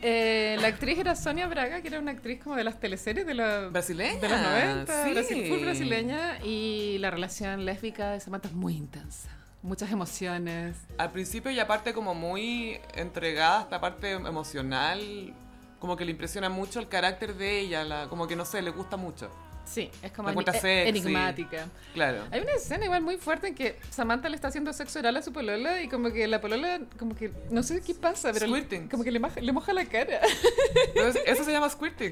B: Eh, la actriz era Sonia Braga, que era una actriz como de las teleseries de, la-
A: Brasileña.
B: de los 90,
A: sí.
B: Brasil- full brasileña. Y la relación lésbica de Samantha es muy intensa. Muchas emociones.
A: Al principio y aparte como muy entregada a esta parte emocional, como que le impresiona mucho el carácter de ella, la- como que no sé, le gusta mucho.
B: Sí, es como
A: La
B: eni-
A: encuentra
B: e-
A: sexy.
B: enigmática.
A: Claro.
B: Hay una escena igual muy fuerte en que Samantha le está haciendo sexo oral a su polola y como que la polola, como que no sé qué pasa, pero
A: Squirting.
B: como que le, maja- le moja la cara.
A: Entonces, eso se llama squirting.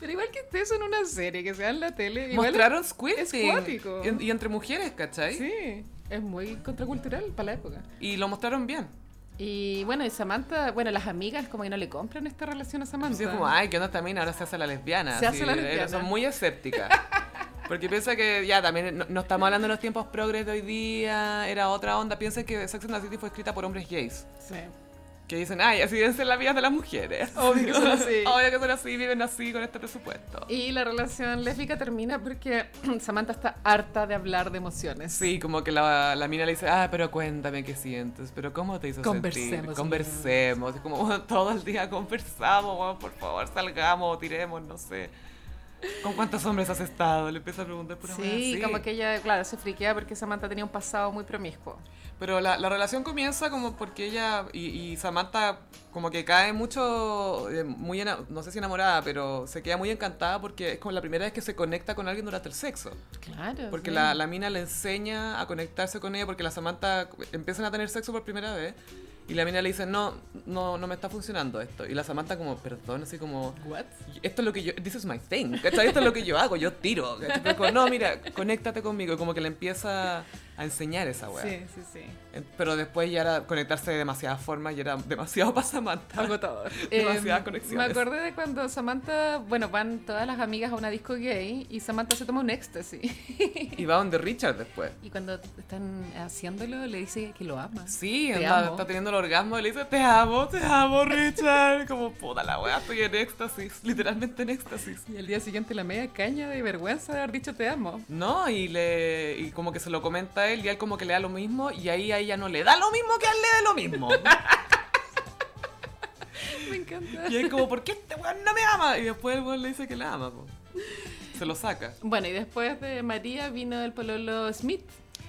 B: Pero igual que estés en una serie, que sea en la tele, igual
A: Mostraron
B: es
A: squirting.
B: cuático.
A: En- y entre mujeres, ¿cachai?
B: Sí, es muy contracultural para la época.
A: Y lo mostraron bien.
B: Y bueno, y Samantha, bueno, las amigas como que no le compran esta relación a Samantha.
A: Así es como, ay, ¿qué onda también? Ahora se hace la lesbiana.
B: Se hace
A: Sí,
B: la
A: ellas
B: lesbiana.
A: Son muy escépticas. Porque piensa que ya también no, no estamos hablando de los tiempos progres de hoy día, era otra onda. Piensa que Sex and the City fue escrita por hombres gays.
B: Sí.
A: Que dicen, ay, así deben ser las vidas de las mujeres.
B: Obvio que son así.
A: Obvio que son así, viven así con este presupuesto.
B: Y la relación lésbica termina porque Samantha está harta de hablar de emociones.
A: Sí, como que la, la mina le dice, ah, pero cuéntame qué sientes, pero cómo te hizo sentir.
B: Conversemos,
A: Conversemos. Y como "Bueno, todo el día conversamos, bueno, por favor, salgamos, tiremos, no sé. ¿Con cuántos hombres has estado? Le empieza a preguntar por
B: Sí, como que ella, claro, se friquea porque Samantha tenía un pasado muy promiscuo.
A: Pero la, la relación comienza como porque ella y, y Samantha como que cae mucho, eh, muy ena- no sé si enamorada, pero se queda muy encantada porque es como la primera vez que se conecta con alguien durante el sexo.
B: Claro.
A: Porque
B: sí.
A: la, la mina le enseña a conectarse con ella porque la Samantha empiezan a tener sexo por primera vez y la mina le dice, no, no, no me está funcionando esto. Y la Samantha como, perdón, así como...
B: What?
A: Esto es lo que yo, this is my thing, ¿cachai? Esto es lo que yo hago, yo tiro. ¿cachai? Pero como, no, mira, conéctate conmigo. Y como que le empieza a enseñar esa weá.
B: Sí, sí, sí.
A: Eh, Pero después ya era conectarse de demasiadas formas y era demasiado para Samantha.
B: Agotador.
A: Demasiadas
B: Eh,
A: conexiones.
B: Me acordé de cuando Samantha, bueno, van todas las amigas a una disco gay y Samantha se toma un éxtasis.
A: Y va donde Richard después.
B: Y cuando están haciéndolo, le dice que lo ama.
A: Sí,
B: Te
A: anda,
B: amo.
A: está teniendo el orgasmo y le dice, te amo, te amo, Richard. Como, puta la weá, estoy en éxtasis, literalmente en éxtasis.
B: Y al día siguiente la media caña de vergüenza de haber dicho te amo.
A: No, y le y como que se lo comenta a él y a él como que le da lo mismo y ahí a ella no le da lo mismo que a él le da lo mismo.
B: Me encanta.
A: Y él como, ¿por qué este weón no me ama? Y después el weón le dice que la ama, po. Se lo saca.
B: Bueno, y después de María vino el pololo Smith,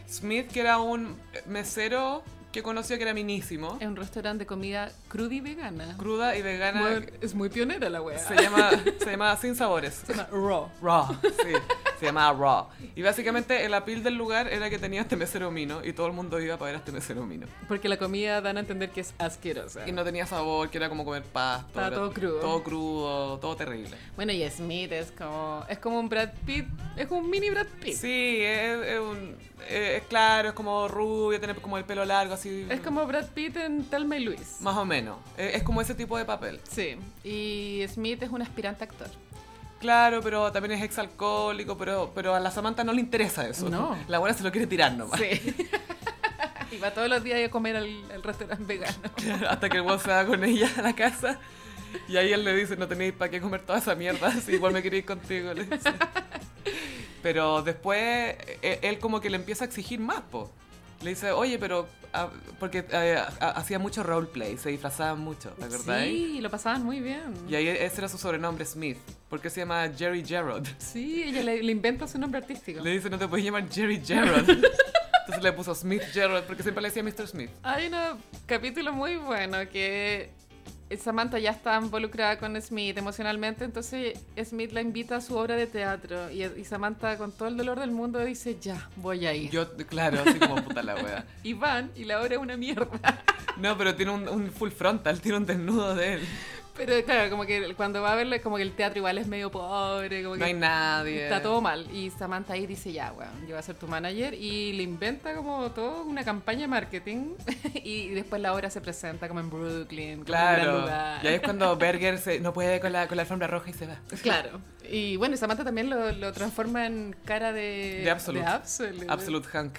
A: Smith, que era un mesero que conoció que era minísimo,
B: en un restaurante de comida cruda y vegana.
A: cruda y vegana,
B: Bueno, es muy pionera la wea.
A: se llama, se llama Sin Sabores.
B: Se llama Raw.
A: Raw, sí. Se llamaba Raw. Y básicamente el apil del lugar era que tenía este mesero mino y todo el mundo iba para ver a este mesero mino.
B: Porque la comida dan a entender que es asquerosa.
A: Y no tenía sabor, que era como comer pasto.
B: Estaba
A: era
B: todo crudo.
A: Todo crudo, todo terrible.
B: Bueno, y Smith es como, es como un Brad Pitt, es como un mini Brad Pitt.
A: Sí, es, es un- es- es claro, es como rubio, tiene como el pelo largo, así.
B: Es como Brad Pitt en Talma y Luis.
A: Más o menos. Es, es como ese tipo de papel.
B: Sí, y Smith es un aspirante actor.
A: Claro, pero también es exalcohólico, pero, pero a la Samantha no le interesa eso.
B: No.
A: La buena se lo quiere tirar nomás.
B: Sí. y va todos los días a comer al, al restaurante vegano.
A: Claro, hasta que el weón se va con ella a la casa. Y ahí él le dice, no tenéis para qué comer toda esa mierda, si igual me queréis contigo. le dice. Pero después e- él, como que le empieza a exigir más, po. Le dice, oye, pero... ah, porque eh, ha- hacía mucho roleplay, se disfrazaban mucho, ¿te acordáis?
B: Sí, lo pasaban muy bien.
A: Y ahí ese era su sobrenombre, Smith, porque se llama Jerry Gerard.
B: Sí, ella le, le inventa su nombre artístico.
A: Le dice, no te puedes llamar Jerry Gerard. Entonces le puso Smith Gerard, porque siempre le decía Mr. Smith.
B: Hay un capítulo muy bueno que Samantha ya está involucrada con Smith emocionalmente, entonces Smith la invita a su obra de teatro y, y Samantha con todo el dolor del mundo dice, ya, voy a ir.
A: Yo, claro, así como puta la wea.
B: Y van y la obra es una mierda.
A: No, pero tiene un, un full frontal, tiene un desnudo de él.
B: Pero claro, como que cuando va a verla, como que el teatro igual es medio pobre, como que
A: No hay nadie.
B: está todo mal. Y Samantha ahí dice, ya, weón, yo voy a ser tu manager y le inventa como todo una campaña de marketing y después la obra se presenta como en Brooklyn, como en un gran
A: Claro.
B: lugar.
A: Y ahí es cuando Berger se, no puede con la, con la alfombra roja y se va.
B: Claro. Y bueno, Samantha también lo, lo transforma en cara de...
A: De Absolute.
B: De Absolute.
A: Absolute Hank.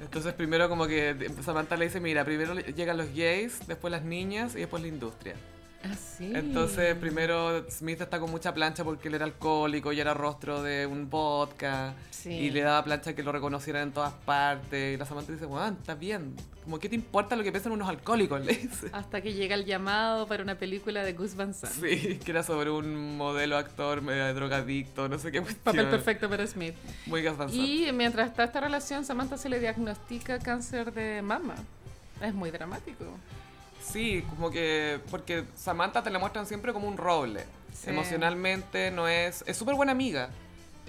A: Entonces primero como que Samantha le dice, mira, primero le- llegan los gays, después las niñas y después la industria.
B: Ah, sí.
A: Entonces primero Smith está con mucha plancha porque él era alcohólico y era rostro de un vodka.
B: Sí.
A: Y le daba plancha que lo reconocieran en todas partes. Y la Samantha dice, bueno, estás bien. Como, ¿qué te importa lo que piensan unos alcohólicos? Le dice.
B: Hasta que llega el llamado para una película de Gus Van Sant.
A: Sí, que era sobre un modelo actor medio drogadicto, no sé qué cuestión.
B: Papel perfecto para Smith.
A: Muy gasbanzón.
B: Y mientras está esta relación, Samantha se le diagnostica cáncer de mama. Es muy dramático.
A: Sí, como que... Porque Samantha te la muestran siempre como un roble.
B: Sí.
A: Emocionalmente no es... Es súper buena amiga.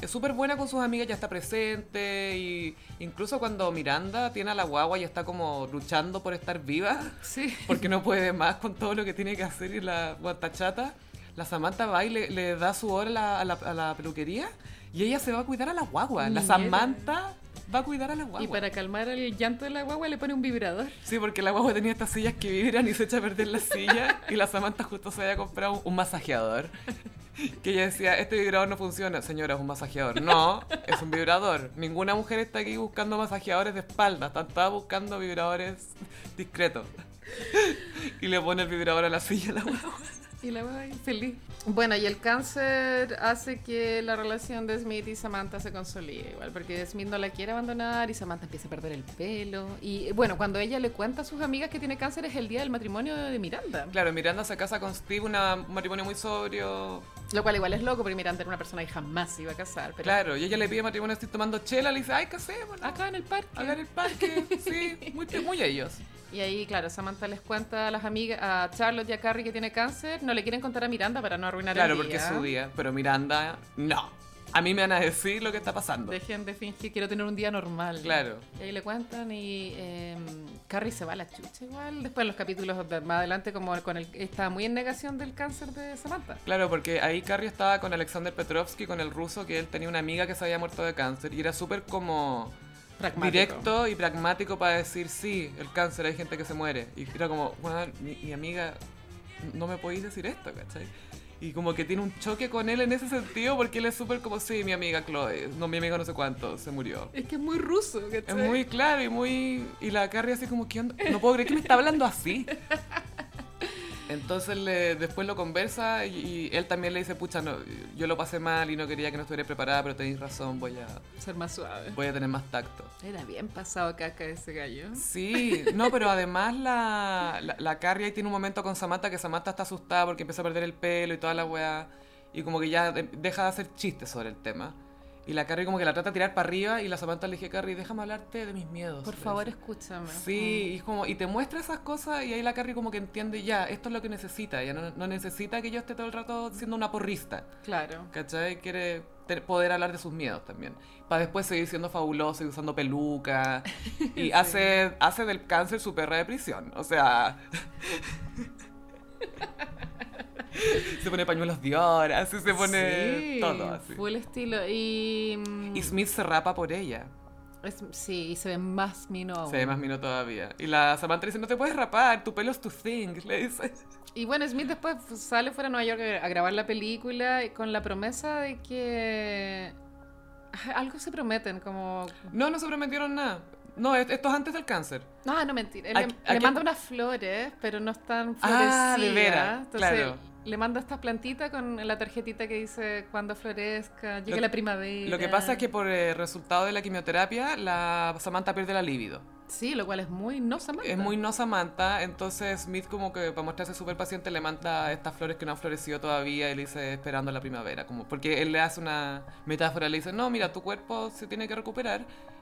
A: Es súper buena con sus amigas, ya está presente. Y incluso cuando Miranda tiene a la guagua y está como luchando por estar viva,
B: Sí.
A: porque no puede más con todo lo que tiene que hacer y la guatachata, la Samantha va y le, le da su hora a la, a la- a la peluquería y ella se va a cuidar a la guagua. La
B: Mierda.
A: Samantha va a cuidar a la guagua.
B: Y para calmar el llanto de la guagua le pone un vibrador.
A: Sí, porque la guagua tenía estas sillas que vibran y se echa a perder la silla y la Samantha justo se había comprado un, un masajeador. Que ella decía, este vibrador no funciona. Señora, es un masajeador. No, es un vibrador. Ninguna mujer está aquí buscando masajeadores de espalda. Están todas buscando vibradores discretos. Y le pone el vibrador a la silla a la guagua.
B: Y la guagua ahí feliz. Bueno, y el cáncer hace que la relación de Smith y Samantha se consolide igual, porque Smith no la quiere abandonar y Samantha empieza a perder el pelo. Y bueno, cuando ella le cuenta a sus amigas que tiene cáncer es el día del matrimonio de Miranda.
A: Claro, Miranda se casa con Steve, una- un matrimonio muy sobrio.
B: Lo cual igual es loco, porque Miranda era una persona que jamás se iba a casar. Pero
A: Claro, y ella le pide matrimonio a Steve tomando chela. Le dice, ay, casémonos.
B: acá en el parque.
A: Acá en el parque. Sí, muy, muy ellos.
B: Y ahí, claro, Samantha les cuenta a las amigas, a Charlotte y a Carrie que tiene cáncer. No le quieren contar a Miranda para no arruinar
A: Claro,
B: el día.
A: porque es su día. Pero Miranda, no. A mí me van a decir lo que está pasando.
B: Dejen de fingir, quiero tener un día normal.
A: Claro.
B: Y ahí le cuentan y eh, Carrie se va a la chucha igual. Después en los capítulos de- más adelante, como con el, está muy en negación del cáncer de Samantha.
A: Claro, porque ahí Carrie estaba con Alexander Petrovsky, con el ruso, que él tenía una amiga que se había muerto de cáncer. Y era súper como
C: Pragmático.
A: directo y pragmático para decir, sí, el cáncer, hay gente que se muere. Y era como, bueno, mi, mi amiga, no me podéis decir esto, ¿cachai? Y como que tiene un choque con él en ese sentido, porque él es súper como, sí, mi amiga Chloe, no, mi amiga no sé cuánto, se murió.
B: Es que es muy ruso,
A: Es
B: ¿cachai?
A: muy claro y muy... Y la Carrie así como, ¿qué onda? No puedo creer que me está hablando así. Entonces le- después lo conversa y, y él también le dice, pucha, no, yo lo pasé mal y no quería que no estuviera preparada, pero tenéis razón, voy a,
B: Ser más suave.
A: voy a tener más tacto.
B: Era bien pasado caca ese gallo.
A: Sí, no, pero además la, la, la Carrie ahí tiene un momento con Samantha que Samantha está asustada porque empieza a perder el pelo y toda la weá. Y como que ya de- deja de hacer chistes sobre el tema. Y la Carrie como que la trata de tirar para arriba y la Samantha le dice, Carrie, déjame hablarte de mis miedos.
B: Por
A: le
B: favor,
A: dice.
B: escúchame.
A: Sí, y, es como, y te muestra esas cosas y ahí la Carrie como que entiende ya, esto es lo que necesita, ya no, no necesita que yo esté todo el rato siendo una porrista,
B: Mm, Claro.
A: ¿cachai? Quiere ter- poder hablar de sus miedos también, para después seguir siendo fabuloso y usando peluca y hace, hace del cáncer su perra de prisión, o sea... se pone pañuelos de oro, así se pone
B: Sí,
A: todo así.
B: Fue el estilo. Y. mm,
A: Y Smith se rapa por ella.
B: es- sí, y se ve más mino aún.
A: Se ve más mino todavía. Y la Samantha dice, no te puedes rapar, tu pelo es tu thing, le dice.
B: Y bueno, Smith después f- sale fuera de Nueva York a grabar la película y con la promesa de que. Algo se prometen, como.
A: No, no se prometieron nada. No, es- esto es antes del cáncer.
B: No, no mentira. Él
A: ¿A-
B: le-
A: a
B: le
A: qué-
B: manda unas flores, pero no están florecidas.
A: Ah, de veras,
B: Entonces
A: claro.
B: le manda esta plantita con la tarjetita que dice cuando florezca, llegue
A: Lo-
B: la primavera.
A: Lo que pasa es que por el resultado de la quimioterapia, la Samantha pierde la libido.
B: Sí, lo cual es muy no Samantha.
A: Es muy no Samantha, entonces Smith como que para mostrarse súper paciente le manda estas flores que no han florecido todavía y le dice esperando la primavera, como porque él le hace una metáfora, le dice, no, mira, tu cuerpo se tiene que recuperar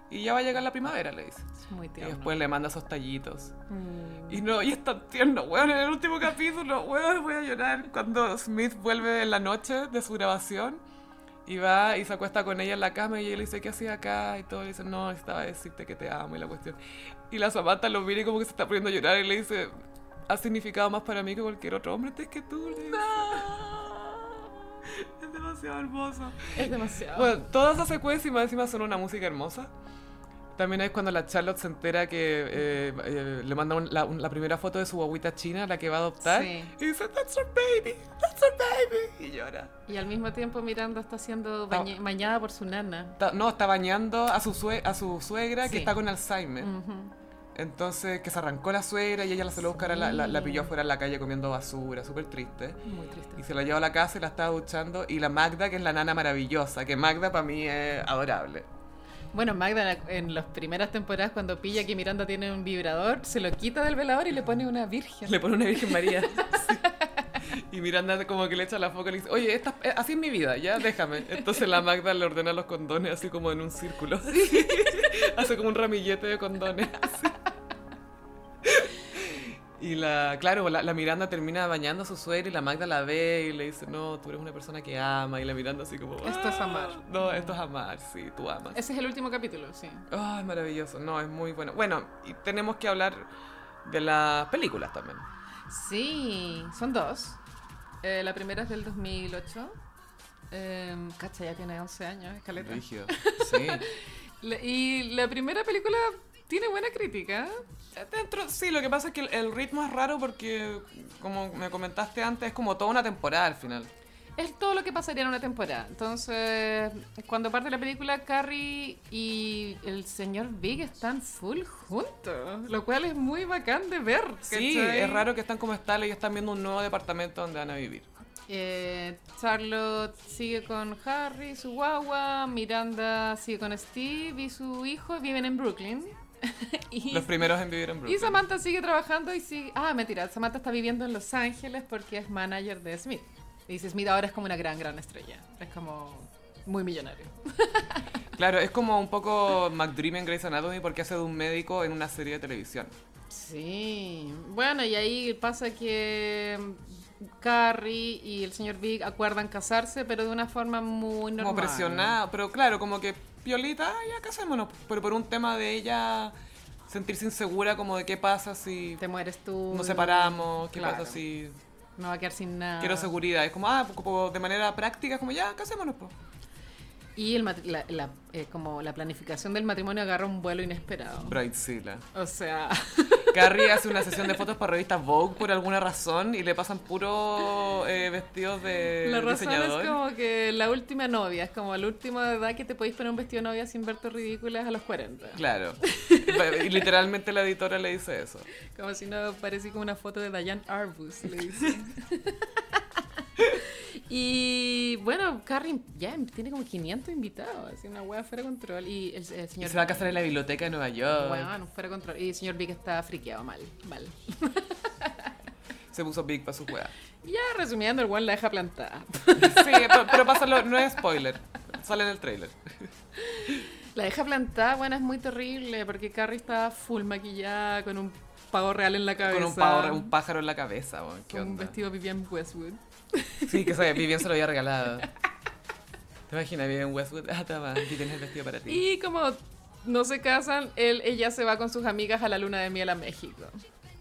A: y ya va a llegar la primavera, le dice.
B: Es muy
A: Y
B: tierno.
A: después le manda esos tallitos.
B: Mm.
A: Y no, y es tan tierno, weón, en el último capítulo, weón, voy a llorar cuando Smith vuelve en la noche de su grabación y va y se acuesta con ella en la cama y ella le dice, ¿qué hacía acá? Y todo, le dice, no, estaba decirte que te amo y la cuestión. Y la Samantha lo mira y como que se está poniendo a llorar y le dice, ha significado más para mí que cualquier otro hombre antes que tú, le dice. Es demasiado hermoso.
B: Es demasiado.
A: Bueno, todas esas secuencias y más encima son una música hermosa. También es cuando la Charlotte se entera que eh, eh, le manda un- la, un- la primera foto de su guaguita china, la que va a adoptar.
B: Sí.
A: Y dice, that's our baby, that's our baby. Y llora.
B: Y al mismo tiempo Miranda está siendo bañe- bañada por su nana.
A: Está- no, está bañando a su, sue- a su suegra
B: Sí. Mm.
A: que está con Alzheimer.
B: Ujú.
A: Entonces, que se arrancó la suegra y ella la salió a buscar, a la, la- la pilló
B: Sí.
A: afuera en la calle comiendo basura, súper triste.
B: Muy triste.
A: Y se la llevó a la casa y la estaba duchando. Y la Magda, que es la nana maravillosa, que Magda para mí es adorable.
B: Bueno, Magda en la- en las primeras temporadas cuando pilla que Miranda tiene un vibrador, se lo quita del velador y le pone una virgen.
A: Le pone una Virgen María. Sí. Y Miranda como que le echa la foca y le dice, oye, esta, eh, así es mi vida, ya déjame. Entonces la Magda le ordena los condones así como en un círculo. Hace como un ramillete de condones. así. Y la, claro, la, la Miranda termina bañando a su suegra y la Magda la ve y le dice, no, tú eres una persona que ama. Y la Miranda así como...
B: Esto es
A: "Ah,
B: amar".
A: No, esto es amar, sí, tú amas.
B: Ese es el último capítulo, sí.
A: Ah, es maravilloso, no, es muy bueno. Bueno, y tenemos que hablar de las películas también.
B: Sí, son dos. Eh, la primera es del 2008. Eh, cacha, ya tiene 11 años, escaleta.
A: Rígido, sí.
B: La- y la primera película tiene buena crítica.
A: Dentro, sí, lo que pasa es que el, el ritmo es raro porque, como me comentaste antes, es como toda una temporada al final.
B: Es todo lo que pasaría en una temporada. Entonces, cuando parte la película, Carrie y el señor Big están full juntos, lo cual es muy bacán de ver.
A: Sí,
B: ¿cachai?
A: es raro que están como estales y están viendo un nuevo departamento donde van a vivir.
B: Eh, Charlotte sigue con Harry, su guagua, Miranda sigue con Steve y su hijo, viven en Brooklyn. y,
A: Los primeros en vivir en
B: y
A: Brooklyn.
B: Samantha sigue trabajando y sigue... Ah, mentira, Samantha está viviendo en Los Ángeles porque es manager de Smith. Y dice, Smith ahora es como una gran, gran estrella. Es como muy millonario.
A: Claro, es como un poco McDream en Grey's Anatomy porque hace de un médico en una serie de televisión.
B: Sí, bueno, y ahí pasa que Carrie y el señor Big acuerdan casarse, pero de una forma muy normal.
A: Como presionada, pero claro, como que Piolita, "Ah, ya casémonos. Pero por un tema de ella sentirse insegura como de qué pasa si
B: Te mueres tú.
A: nos separamos, qué
B: Claro.
A: pasa si
B: Me va a quedar sin nada.
A: ah, quiero seguridad. Es como, ah, como de manera práctica, es como ya, casémonos, pues.
B: Y el matri- la, la- eh, como la planificación del matrimonio agarra un vuelo inesperado.
A: Bridezilla.
B: O sea,
A: Carrie hace una sesión de fotos para revista Vogue por alguna razón y le pasan puro eh, vestidos de
B: la razón
A: diseñador.
B: es como que la última novia, es como la última edad que te podéis poner un vestido de novia sin verte ridículas a los 40.
A: Claro. Y literalmente la editora le dice eso.
B: Como si no parecía como una foto de Diane Arbus, le dicen. y bueno, Carrie ya tiene como 500 invitados, así una wea fuera de control. Y el, el
A: Y
B: señor.
A: se va a casar en la biblioteca de Nueva York.
B: Weón, fuera de control. Y el señor Big está friqueado mal, mal.
A: Se puso big para su juega.
B: Ya resumiendo, el weón la deja plantada.
A: Sí, pero, pero pásalo, no es spoiler. Sale en el trailer.
B: La deja plantada, bueno, es muy terrible porque Carrie está full maquillada con un pavo real en la cabeza.
A: Con un, pavo- un pájaro en la cabeza. weón, ¿Qué
B: con un
A: onda?
B: vestido Vivian Westwood.
A: Sí, que sabe, Vivian se lo había regalado. ¿Te imaginas, Vivian Westwood? Ah, toma, aquí tienes el vestido para ti.
B: Y como no se casan, él, ella se va con sus amigas a la luna de miel a México.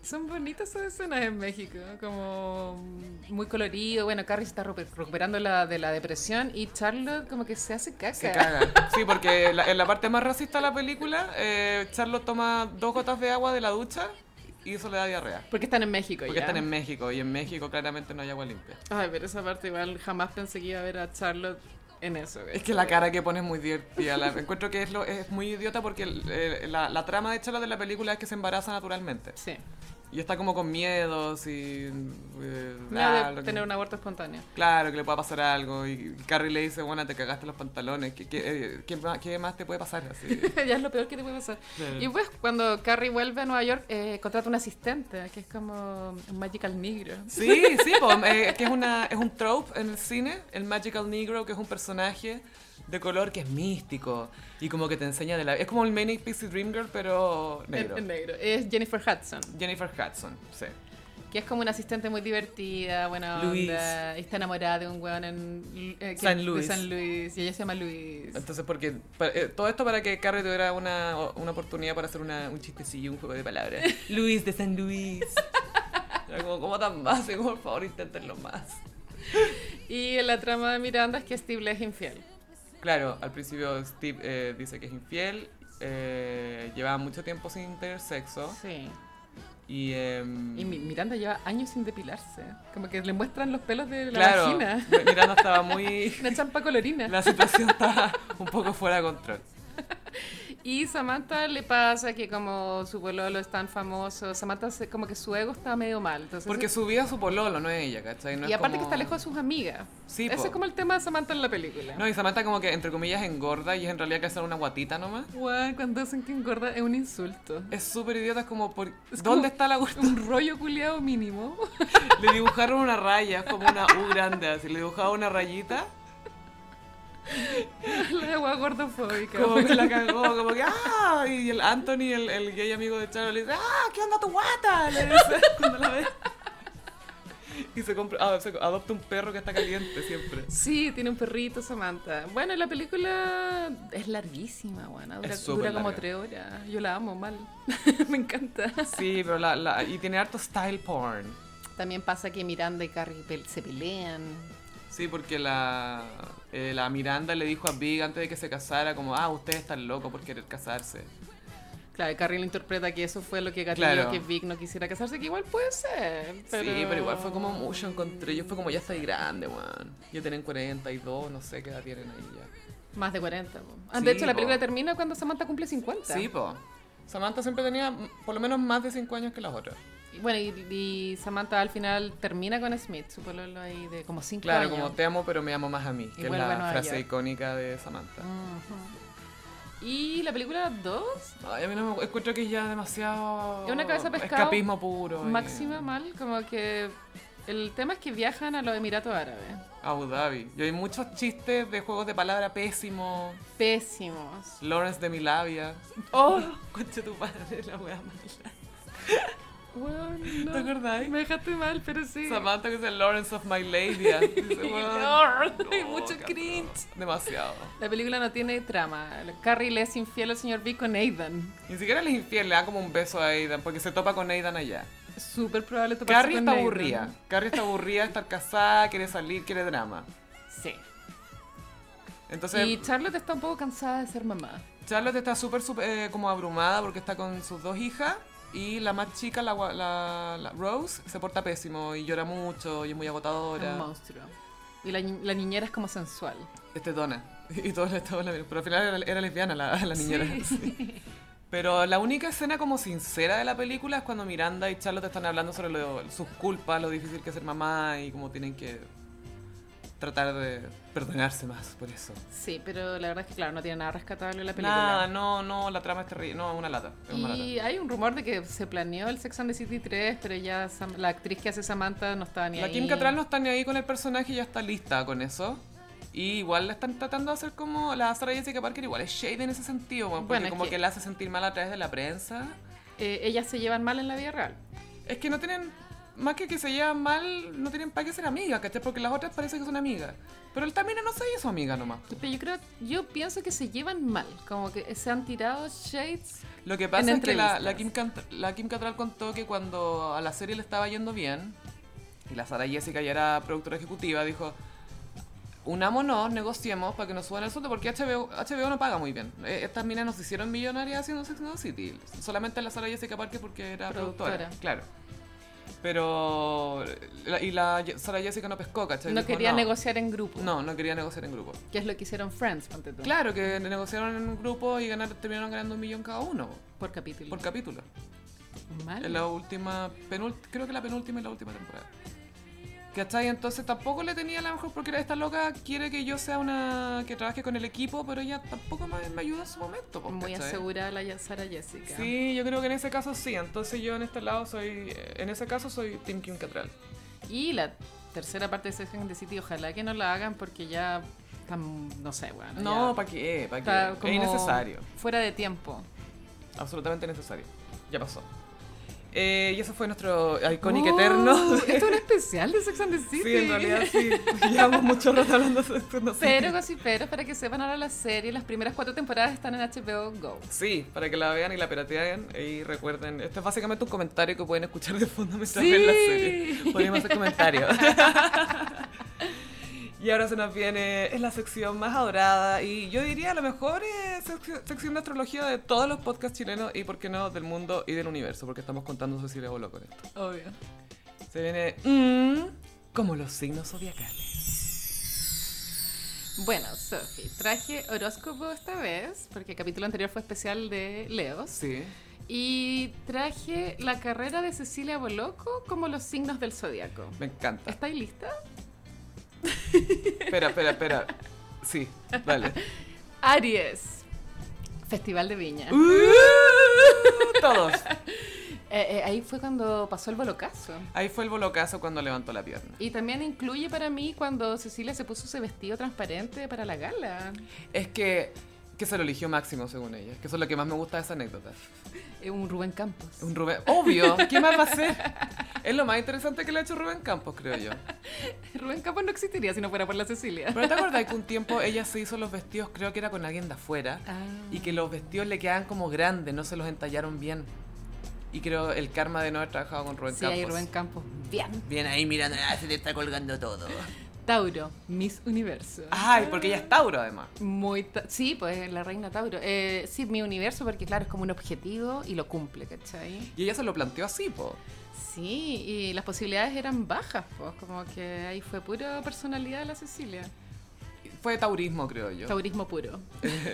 B: Son bonitas esas escenas en México, como muy colorido. Bueno, Carrie se está recu- recuperando la, de la depresión y Charlotte como que se hace caca.
A: Se caga. Sí, porque la- en la parte más racista de la película, eh, Charlotte toma dos gotas de agua de la ducha y eso le da diarrea.
B: Porque están en México
A: Porque
B: ya.
A: están en México y en México claramente no hay agua limpia.
B: Ay, pero esa parte igual jamás pensé que iba a ver a Charlotte en eso. este,
A: Es que la cara que pone es muy divertida. la- encuentro que es, lo, es muy idiota porque el- eh, la, la trama de Charlotte de la película es que se embaraza naturalmente.
B: Sí.
A: Y está como con miedos y... eh, ah, lo
B: Nada de
A: que-
B: tener un aborto espontáneo.
A: Claro, que le pueda pasar algo. Y Carrie le dice, bueno, te cagaste los pantalones. ¿Qué, qué, eh, qué más, qué más te puede pasar? Así.
B: ya es lo peor que te puede pasar. Y pues cuando Carrie vuelve a Nueva York, eh, contrata un asistente, que es como un Magical Negro.
A: Sí, sí, po, eh, que es, una, es un trope en el cine, el Magical Negro, que es un personaje de color que es místico y como que te enseña de la... Es como el Manic Pixie Dream Girl, pero negro.
B: En, en negro. Es Jennifer Hudson,
A: Jennifer Hudson, sí.
B: que es como una asistente muy divertida, buena
A: Luis.
B: onda, y está enamorada de un weón en eh, que-
A: San
B: de
A: Luis.
B: San Luis, y ella se llama Luis.
A: Entonces, porque pa- eh, todo esto para que Carrie tuviera una, una oportunidad para hacer una, un chistecillo, un juego de palabras. Luis de San Luis. Era como, ¿cómo tan básico? Por favor, inténtenlo más.
B: Y en la trama de Miranda es que Steve le es infiel.
A: Claro, al principio Steve eh, dice que es infiel, eh, llevaba mucho tiempo sin tener sexo
B: Sí.
A: y... em,
B: Y Mi- Miranda lleva años sin depilarse. Como que le muestran los pelos de la
A: claro,
B: vagina.
A: Mi- Miranda estaba muy...
B: Una champa colorina.
A: La situación estaba un poco fuera de control.
B: Y Samantha le pasa que como su pololo es tan famoso, Samantha se- como que su ego está medio mal. Entonces,
A: Porque subía su pololo, no es ella, ¿cachai? No
B: y
A: es
B: aparte que
A: como-
B: está lejos de sus amigas.
A: Sí,
B: Ese
A: po.
B: es como el tema de Samantha en la película.
A: No, y Samantha como que entre comillas engorda y es en realidad que hacer una guatita nomás.
B: Guau, cuando hacen que engorda es un insulto.
A: Es súper idiota, es como, por, ¿dónde
B: Es como-
A: está la guatita?
B: Un rollo culiado mínimo.
A: Le dibujaron una raya, es como una U grande, así, le dibujaba una rayita,
B: la agua gordofóbica.
A: como que la cagó, como que ¡ah! Y el Anthony, el, el gay amigo de Charo, le dice ¡ah! ¿Qué onda tu guata? Le dice cuando la ve. Y se, compra, ah, se adopta un perro que está caliente siempre.
B: Sí, tiene un perrito Samantha. Bueno, la película es larguísima, buena. Dura,
A: Es súper
B: dura como
A: larga.
B: tres horas. Yo la amo mal. Me encanta.
A: Sí, pero la, la- y tiene harto style porn.
B: También pasa que Miranda y Carrie pel- se pelean.
A: Sí, porque la, eh, la Miranda le dijo a Big antes de que se casara, como, ah, ustedes están locos por querer casarse.
B: Claro, Carrie lo interpreta que eso fue lo que gatilló
A: Claro.
B: que Vic no quisiera casarse, que igual puede ser. Pero...
A: Sí, pero igual fue como mucho, encontré. Yo fue como, ya estoy grande, weón. Ya tienen 42, no sé qué edad tienen ahí ya.
B: Más de 40. po. Ah,
A: Sí,
B: de hecho, la
A: po.
B: película termina cuando Samantha cumple 50.
A: Sí, po. Samantha siempre tenía mm, por lo menos más de 5 años que las otras.
B: Y bueno, y, y Samantha al final termina con Smith, su pololo ahí de como 5
A: Claro,
B: años.
A: como te amo, pero me amo más a mí, que es
B: vuelve a
A: la
B: Nueva
A: frase
B: York.
A: icónica de Samantha.
B: Ujú. Y la película 2,
A: Ay, a mí no me encuentro que ya es demasiado.
B: Es una cabeza de pescado
A: Escapismo puro. y-
B: máxima mal, como que el tema es que viajan a los Emiratos Árabes.
A: Abu Dhabi. Y hay muchos chistes de juegos de palabra pésimos.
B: Pésimos.
A: Lawrence de mi labia.
B: Oh,
A: Concha tu padre, la wea mala.
B: weón, no.
A: ¿Te acordáis?
B: Me dejaste mal, pero sí.
A: Samantha que dice Lawrence of my labia. Dice, "Weón,
B: No, hay
A: No,
B: mucho
A: qué
B: cringe.
A: Demasiado.
B: La película no tiene trama. Carrie le es infiel al señor B con Aidan.
A: Ni siquiera les infiel, le da como un beso a Aidan porque se topa con Aidan allá.
B: Súper probable toparse
A: Carrie
B: con
A: está
B: Aidan.
A: aburrida. Carrie está aburrida de estar casada, quiere salir, quiere drama.
B: Sí.
A: Entonces,
B: Y Charlotte está un poco cansada de ser mamá.
A: Charlotte está súper, súper, eh, como abrumada porque está con sus dos hijas y la más chica, la, gua- la- la Rose, se porta pésimo y llora mucho y es muy
B: Es
A: agotadora.
B: un monstruo. Y la, ni- la niñera es como sensual.
A: Este dona. Y todo el todo la- Pero al final era, era lesbiana la, la niñera.
B: Sí.
A: Pero la única escena como sincera de la película es cuando Miranda y Charlotte están hablando sobre lo- sus culpas, lo difícil que es ser mamá y cómo tienen que tratar de perdonarse más por eso.
B: Sí, pero la verdad es que, claro, no tiene nada rescatable la película.
A: Nada, no, no, la trama es terrible. No, una lata. Es una lata.
B: Y hay un rumor de que se planeó el Sex and the City 3, pero ya Sam- la actriz que hace Samantha no estaba ni
A: La
B: ahí.
A: Kim Cattrall no está ni ahí con el personaje, ya está lista con eso. Y igual la están tratando de hacer como la Sarah Jessica Parker, igual es shade en ese sentido, weón, porque
B: Bueno, es
A: como
B: que-
A: que... la hace sentir mal a través de la prensa.
B: Eh, ellas se llevan mal en la vida real.
A: Es que no tienen, más que que se llevan mal, no tienen para qué ser amigas, ¿cachai? Porque las otras parece que son amigas. Pero él también no se hizo amiga nomás. po.
B: Pero yo creo, yo pienso que se llevan mal, como que se han tirado shades.
A: Lo que pasa es que la,
B: entrevistas.
A: la Kim Cant- la Kim Cattrall contó que cuando a la serie le estaba yendo bien, y la Sara Jessica ya era productora ejecutiva, dijo, unámonos, negociemos para que nos suban el sueldo, porque HBO, HBO no paga muy bien. Eh, Estas minas nos hicieron millonarias haciendo Sex and the City. Solamente la Sara Jessica Parker porque era productora.
B: Productora.
A: Claro. Pero... la- y la Ye- Sara Jessica no pescó, ¿cachai?
B: no
A: Dijo,
B: quería negociar en grupo,
A: No, no quería negociar en grupo.
B: que es lo que hicieron Friends, ponte tú,
A: Claro, que negociaron en un grupo y ganar, terminaron ganando un millón cada uno
B: por capítulo.
A: por capítulo.
B: Mal.
A: En la última, penul- creo que la penúltima y la última temporada. ¿Cachai? Entonces tampoco le tenía la mejor porque esta loca quiere que yo sea una que trabaje con el equipo, pero ella tampoco me, me ayudó en su momento. pues,
B: Muy
A: ¿cachai?
B: asegurada la Sara Jessica.
A: Sí, yo creo que en ese caso sí. Entonces yo en este lado soy, en ese caso soy Tim Kim Cattrall.
B: Y la tercera parte de Sex and the City, ojalá que no la hagan porque ya están, no sé, bueno.
A: No,
B: ya
A: ¿para qué? ¿Para qué?
B: está como
A: Es innecesario.
B: Fuera de tiempo.
A: Absolutamente necesario. Ya pasó. Eh, y eso fue nuestro icónico eterno.
B: Uh, Esto es un especial de Sex and the City.
A: Sí, en realidad sí. Llevamos mucho rato hablando de esto. no sé.
B: Pero, gossiperos, para que sepan ahora la serie, las primeras cuatro temporadas están en HBO Go.
A: Sí, para que la vean y la pirateen y recuerden, esto es básicamente un comentario que pueden escuchar de fondo mientras
B: Sí.
A: ven la serie. Podemos hacer comentarios. y ahora se nos viene, es la sección más adorada y yo diría a lo mejor es sección, sección de astrología de todos los podcasts chilenos y por qué no del mundo y del universo, porque estamos contando su Cecilia Bolo con esto.
B: Obvio.
A: Se viene mm, como los signos zodiacales.
B: Bueno, Sophie, traje horóscopo esta vez, porque el capítulo anterior fue especial de Leos.
A: Sí.
B: Y traje la carrera de Cecilia Boloco como los signos del zodiaco.
A: Me encanta.
B: ¿Estáis lista?
A: Espera, espera, espera. Sí, dale.
B: Aries. Festival de Viña.
A: Uh, todos.
B: Eh, eh, ahí fue cuando pasó el bolocazo.
A: Ahí fue el bolocazo cuando levantó la pierna.
B: Y también incluye para mí cuando Cecilia se puso ese vestido transparente para la gala.
A: Es que, que se lo eligió Máximo, según ella. Que eso es lo que más me gusta de esa anécdota.
B: Eh, Un Rubén Campos.
A: Un Rubén... Obvio, ¿qué más va a ser? Es lo más interesante que le ha hecho Rubén Campos, creo yo.
B: Rubén Campos no existiría si no fuera por la Cecilia.
A: Pero ¿te acordás que un tiempo ella se hizo los vestidos, creo que era con alguien de afuera,
B: Ah.
A: y que los vestidos le quedaban como grandes, no se los entallaron bien? Y creo el karma de no haber trabajado con Rubén
B: sí,
A: Campos.
B: hay Rubén Campos. Bien.
A: Bien ahí mirando, ah, se le está colgando todo.
B: Tauro, Miss Universo.
A: Ay, porque ella es Tauro además.
B: Ah. Muy ta- sí, pues la reina Tauro. Eh, sí, mi universo, porque claro, es como un objetivo y lo cumple, ¿cachai?
A: Y ella se lo planteó así, po.
B: Sí, y las posibilidades eran bajas, pues como que ahí fue pura personalidad de la Cecilia.
A: Fue taurismo, creo yo.
B: Taurismo puro.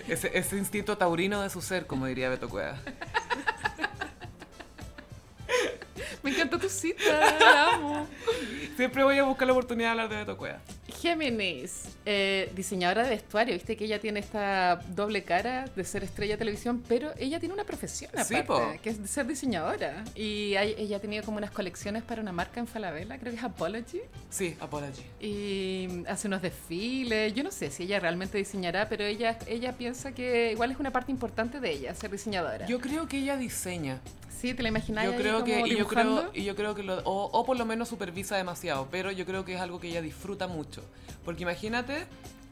A: Ese, ese instinto taurino de su ser, como diría Beto Cueva.
B: Me encantó tu cita, la amo.
A: Siempre voy a buscar la oportunidad de hablar de Beto Cueva.
B: Géminis, eh, diseñadora de vestuario, viste que ella tiene esta doble cara de ser estrella de televisión, pero ella tiene una profesión
A: Sí,
B: aparte,
A: po.
B: que es de ser diseñadora. Y hay- ella ha tenido como unas colecciones para una marca en Falabella, creo que es Apology,
A: Sí, Apology.
B: y hace unos desfiles. Yo no sé si ella realmente diseñará, pero ella, ella piensa que igual es una parte importante de ella, ser diseñadora.
A: Yo creo que ella diseña.
B: sí, te la imaginas
A: Yo
B: ahí
A: creo
B: como
A: que, y yo
B: dibujando?
A: creo, y yo creo que lo, o, o por lo menos supervisa demasiado, pero yo creo que es algo que ella disfruta mucho. Porque imagínate,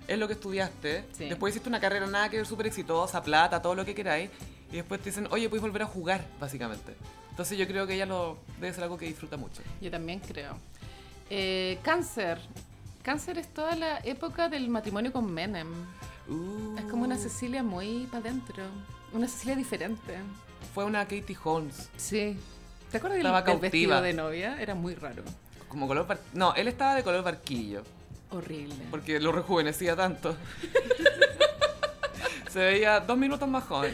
A: es lo que estudiaste,
B: Sí.
A: después hiciste una carrera nada que ver súper exitosa, plata, todo lo que queráis, y después te dicen, oye, puedes volver a jugar, básicamente. Entonces yo creo que ella lo debe ser algo que disfruta mucho.
B: Yo también creo. Eh, cáncer. Cáncer es toda la época del matrimonio con Menem.
A: Uh.
B: Es como una Cecilia muy para adentro. Una Cecilia diferente.
A: Fue una Katie Holmes.
B: Sí. ¿Te acuerdas del,
A: Estaba
B: del
A: cautiva.
B: vestido de novia? Era muy raro.
A: Como color bar- No, él estaba de color barquillo.
B: Horrible.
A: Porque lo rejuvenecía tanto. Se veía dos minutos más joven.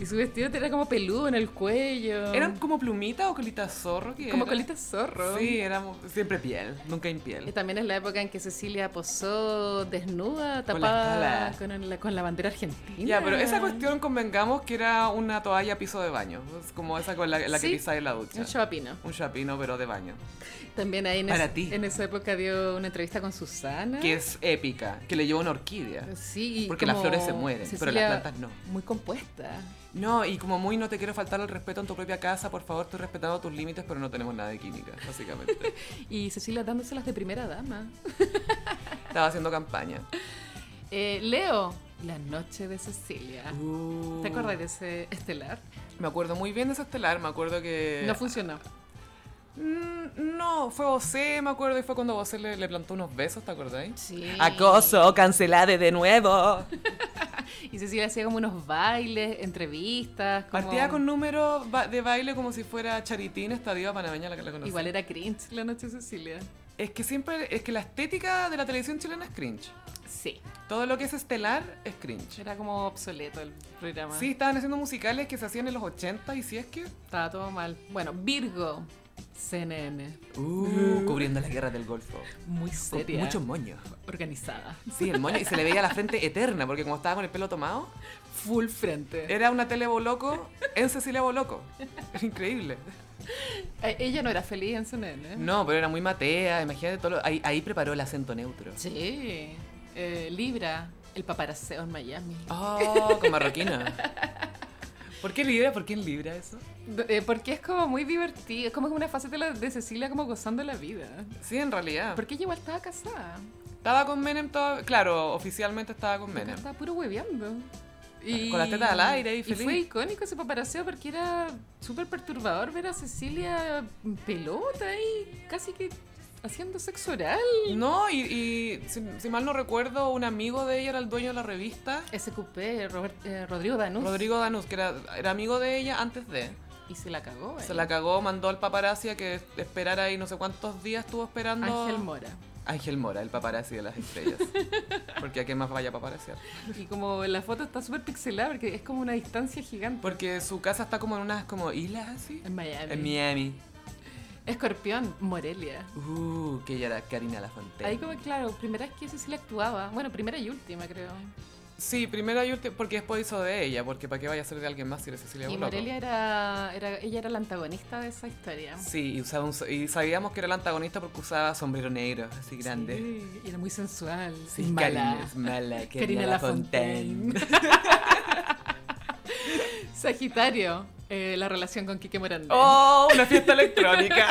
B: Y su vestido era como peludo en el cuello.
A: ¿Eran como plumita o colita zorro? que
B: Ah. como
A: era?
B: colitas zorro.
A: Sí, éramos siempre piel, nunca en
B: Y
A: piel.
B: también es la época en que Cecilia posó desnuda,
A: Con la
B: tapada
A: escala.
B: con, la, con la bandera argentina.
A: Ya, pero esa cuestión convengamos que era una toalla piso de baño. Es como esa con la, la que
B: Sí,
A: pisáis en la ducha.
B: Un chapino.
A: Un chapino, pero de baño.
B: También ahí en,
A: Para
B: es-
A: ti.
B: en esa época dio una entrevista con Susana.
A: Que es épica, que le lleva una orquídea.
B: ¿Mm? Sí, y
A: Porque las
B: como
A: flores se mueren, pero las
B: Cecilia
A: plantas no.
B: Muy compuesta.
A: No, y como muy no te quiero faltar el respeto en tu propia casa, por favor, estoy respetando tus límites, pero no tenemos nada de química, básicamente.
B: Y Cecilia dándoselas de primera dama.
A: Estaba haciendo campaña.
B: Eh, Leo, la noche de Cecilia. Ah,
A: Uh.
B: ¿Te acuerdas de ese estelar?
A: Me acuerdo muy bien de ese estelar, me acuerdo que...
B: No funcionó.
A: Mm, no, fue Bosé, me acuerdo, y fue cuando Bosé le, le plantó unos besos, ¿te acordáis?
B: Sí.
A: Acoso, cancelade de nuevo.
B: Y Cecilia hacía como unos bailes, entrevistas. Como...
A: Partía con números ba- de baile como si fuera Charitín, esta diva panameña la que la conocí.
B: Igual era cringe la noche de Cecilia.
A: Es que siempre, es que la estética de la televisión chilena es cringe.
B: Sí.
A: Todo lo que es estelar es cringe.
B: Era como obsoleto el programa.
A: Sí, estaban haciendo musicales que se hacían en los 80 y si es que...
B: Estaba todo mal. Bueno, Virgo. CNN.
A: Uh, cubriendo las guerras del Golfo.
B: Muy seria.
A: moño.
B: organizada.
A: Sí, el moño. Y se le veía la frente eterna, porque como estaba con el pelo tomado,
B: Full frente.
A: Era una tele Boloco en Cecilia Boloco. Era increíble.
B: Eh, Ella no era feliz en CNN.
A: No, pero era muy matea, imagínate todo lo- ahí, ahí preparó el acento neutro.
B: Sí. Eh, Libra, el paparaseo en Miami.
A: Oh, con marroquina. ¿Por qué Libra? ¿Por qué en Libra eso?
B: D- eh, porque es como muy divertido. Es como una faceta de la- de Cecilia como gozando la vida.
A: Sí, en realidad.
B: Porque ella igual estaba casada.
A: Estaba con Menem todo, claro, oficialmente estaba con
B: Acá
A: Menem.
B: Estaba puro hueveando. Y,
A: Con las tetas al aire y feliz.
B: fue icónico ese paparaseo porque era súper perturbador ver a Cecilia en pelota y casi que haciendo sexo oral.
A: No, y, y si, si mal no recuerdo, un amigo de ella era el dueño de la revista,
B: Ese coupé, Robert- eh, Rodrigo Danús.
A: Rodrigo Danús, que era, era amigo de ella antes de.
B: Y se la cagó.
A: Se
B: eh.
A: la cagó, mandó al paparazzi a que esperara y no sé cuántos días estuvo esperando.
B: Ángel Mora.
A: Ángel Mora, el paparazzi de las estrellas. Porque a qué más vaya a paparazzar.
B: Y como la foto está súper pixelada porque es como una distancia gigante
A: Porque su casa está como en unas como islas así.
B: en Miami.
A: En Miami.
B: Escorpión, Morelia.
A: Uh, que ella era Karina Lafontaine.
B: Ahí como, claro, primera vez que Cecilia actuaba. Bueno, primera y última, creo.
A: Sí, primero y último, porque después hizo de ella, porque para qué vaya a ser de alguien más si era Cecilia
B: Y
A: Boloco.
B: Morelia era, era, ella era la antagonista de esa historia.
A: Sí, y, usaba un so- y sabíamos que era la antagonista porque usaba sombrero negro, así grande.
B: Sí, y era muy sensual,
A: Sí,
B: sin mala.
A: Karina es mala,
B: Karina
A: Karina Lafontaine.
B: Sagitario, eh, la relación con Quique Morandé.
A: ¡Oh, una fiesta electrónica!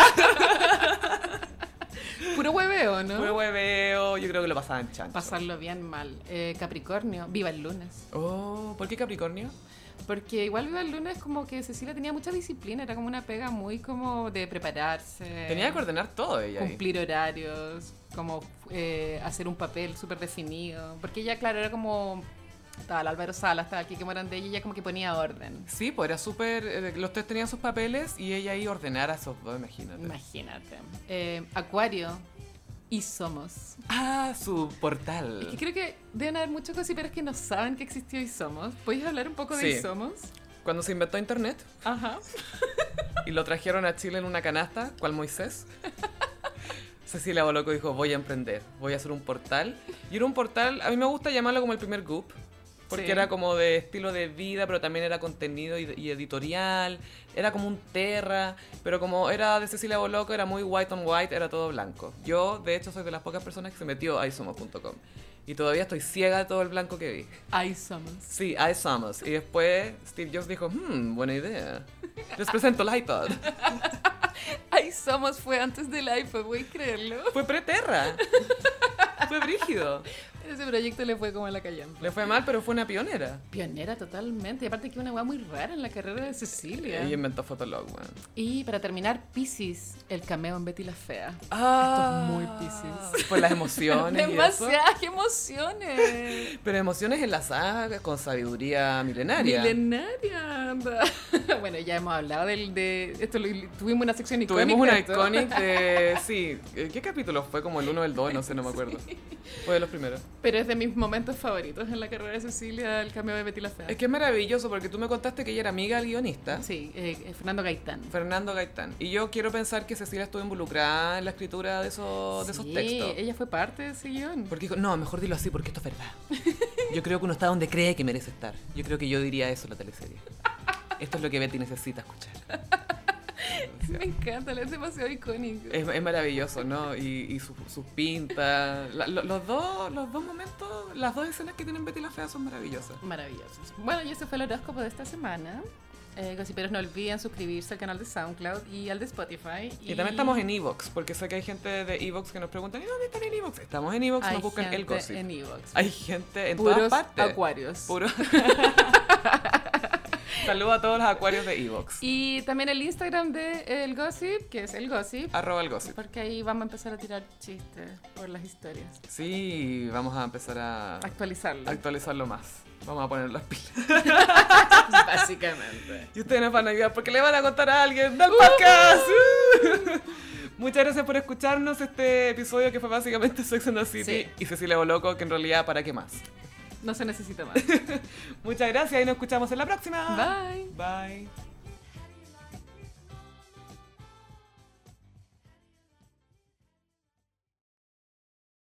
B: Puro hueveo, ¿no?
A: Puro hueveo, yo creo que lo pasaban chancho.
B: Pasarlo bien mal. Eh, Capricornio, viva el lunes.
A: Oh, ¿por qué Capricornio?
B: Porque igual viva el lunes como que Cecilia tenía mucha disciplina, era como una pega muy como de prepararse.
A: Tenía que coordinar todo ella ahí.
B: Eh, cumplir horarios, como eh, hacer un papel súper definido. Porque ella, claro, era como... Estaba el Álvaro Sala, estaba el Quique Morandé y ella como que ponía orden.
A: Sí, pues era súper. eh, los tres tenían sus papeles y ella ahí ordenara a esos dos, imagínate.
B: Imagínate. Eh, Acuario y Somos.
A: ah, su
B: Es que
A: portal.
B: creo que deben haber muchos cosiperos que no saben que existió y Somos. ¿Puedes hablar un poco de
A: Sí.
B: y Somos?
A: Cuando se inventó Internet
B: Ajá.
A: y lo trajeron a Chile en una canasta, cual Moisés, Cecilia Boloco dijo: Voy a emprender, voy a hacer un portal. Y era un portal, a mí me gusta llamarlo como el primer Goop. Porque
B: Sí.
A: era como de estilo de vida, pero también era contenido y, y editorial. Era como un terra, pero como era de Cecilia Boloco, era muy white on white, era todo blanco. Yo, de hecho, soy de las pocas personas que se metió a isomos.com. Y todavía estoy ciega de todo el blanco que vi.
B: Ahí Somos.
A: Sí, iSomos. Y después Steve Jobs dijo, hmm, buena idea. Les presento el iPod.
B: Ahí Somos fue antes del iPod, voy a creerlo.
A: Fue pre-terra. Fue brígido.
B: En ese proyecto le fue como a la callando.
A: Le fue mal, pero fue una pionera.
B: Pionera totalmente. Y aparte que una weá muy rara en la carrera de Cecilia.
A: Ella inventó Fotolog, weón.
B: Y para terminar, Pisces, el cameo en Betty la Fea. Esto es muy Pisces.
A: Por las emociones. y eso.
B: Demasiadas emociones.
A: Pero emociones enlazadas con sabiduría milenaria.
B: Milenaria. anda. Bueno, ya hemos hablado del de esto lo- tuvimos una sección icónica.
A: Tuvimos una
B: esto.
A: iconic de. Sí, eh, ¿qué capítulo fue? Como el 1 o el 2, no sé, no me acuerdo. Fue de los primeros.
B: Pero es de mis momentos favoritos en la carrera de Cecilia, el cameo de Betty la Fea.
A: Es que es maravilloso porque tú me contaste que ella era amiga del guionista,
B: Sí, eh, eh, Fernando Gaitán.
A: Fernando Gaitán. Y yo quiero pensar que Cecilia estuvo involucrada en la escritura de esos, de esos
B: Sí,
A: textos.
B: ella fue parte de ese guión.
A: Porque dijo, no, mejor dilo así porque esto es verdad. Yo creo que uno está donde cree que merece estar. Yo creo que yo diría eso en la teleserie. Esto es lo que Betty necesita escuchar.
B: Me encanta, es demasiado icónico.
A: Es, es maravilloso, ¿no? Y, y su- sus pintas. La- lo- los, dos, los dos momentos, las dos escenas que tienen Betty la Fea son maravillosas.
B: Maravillosos. Bueno, y ese fue el horóscopo de esta semana. Eh, gossiperos, no olviden suscribirse al canal de SoundCloud y al de Spotify.
A: Y también estamos en Evox, porque sé que hay gente de Evox que nos preguntan, ¿y dónde están en Evox? Estamos en Evox,
B: Hay
A: nos buscan el
B: gente
A: gossip.
B: En Evox.
A: Hay gente en todas
B: Puros
A: partes.
B: acuarios.
A: Puro. Saludo a todos los acuarios de Evox.
B: Y también el Instagram de El Gossip, que es El Gossip,
A: Arroba el gossip.
B: porque ahí vamos a empezar a tirar chistes por las historias.
A: Sí, vamos a empezar a
B: Actualizarlo,
A: actualizarlo más. Vamos a poner las pilas.
B: básicamente.
A: Y ustedes nos van a ayudar porque le van a contar a alguien
B: Uh-huh.
A: del podcast. ¡Uh! Muchas gracias por escucharnos este episodio que fue básicamente Sex and the City
B: Sí.
A: y Cecilia Boloco, que en realidad, ¿para qué más?
B: No se necesita más.
A: Muchas gracias y nos escuchamos en la próxima.
B: Bye.
A: Bye.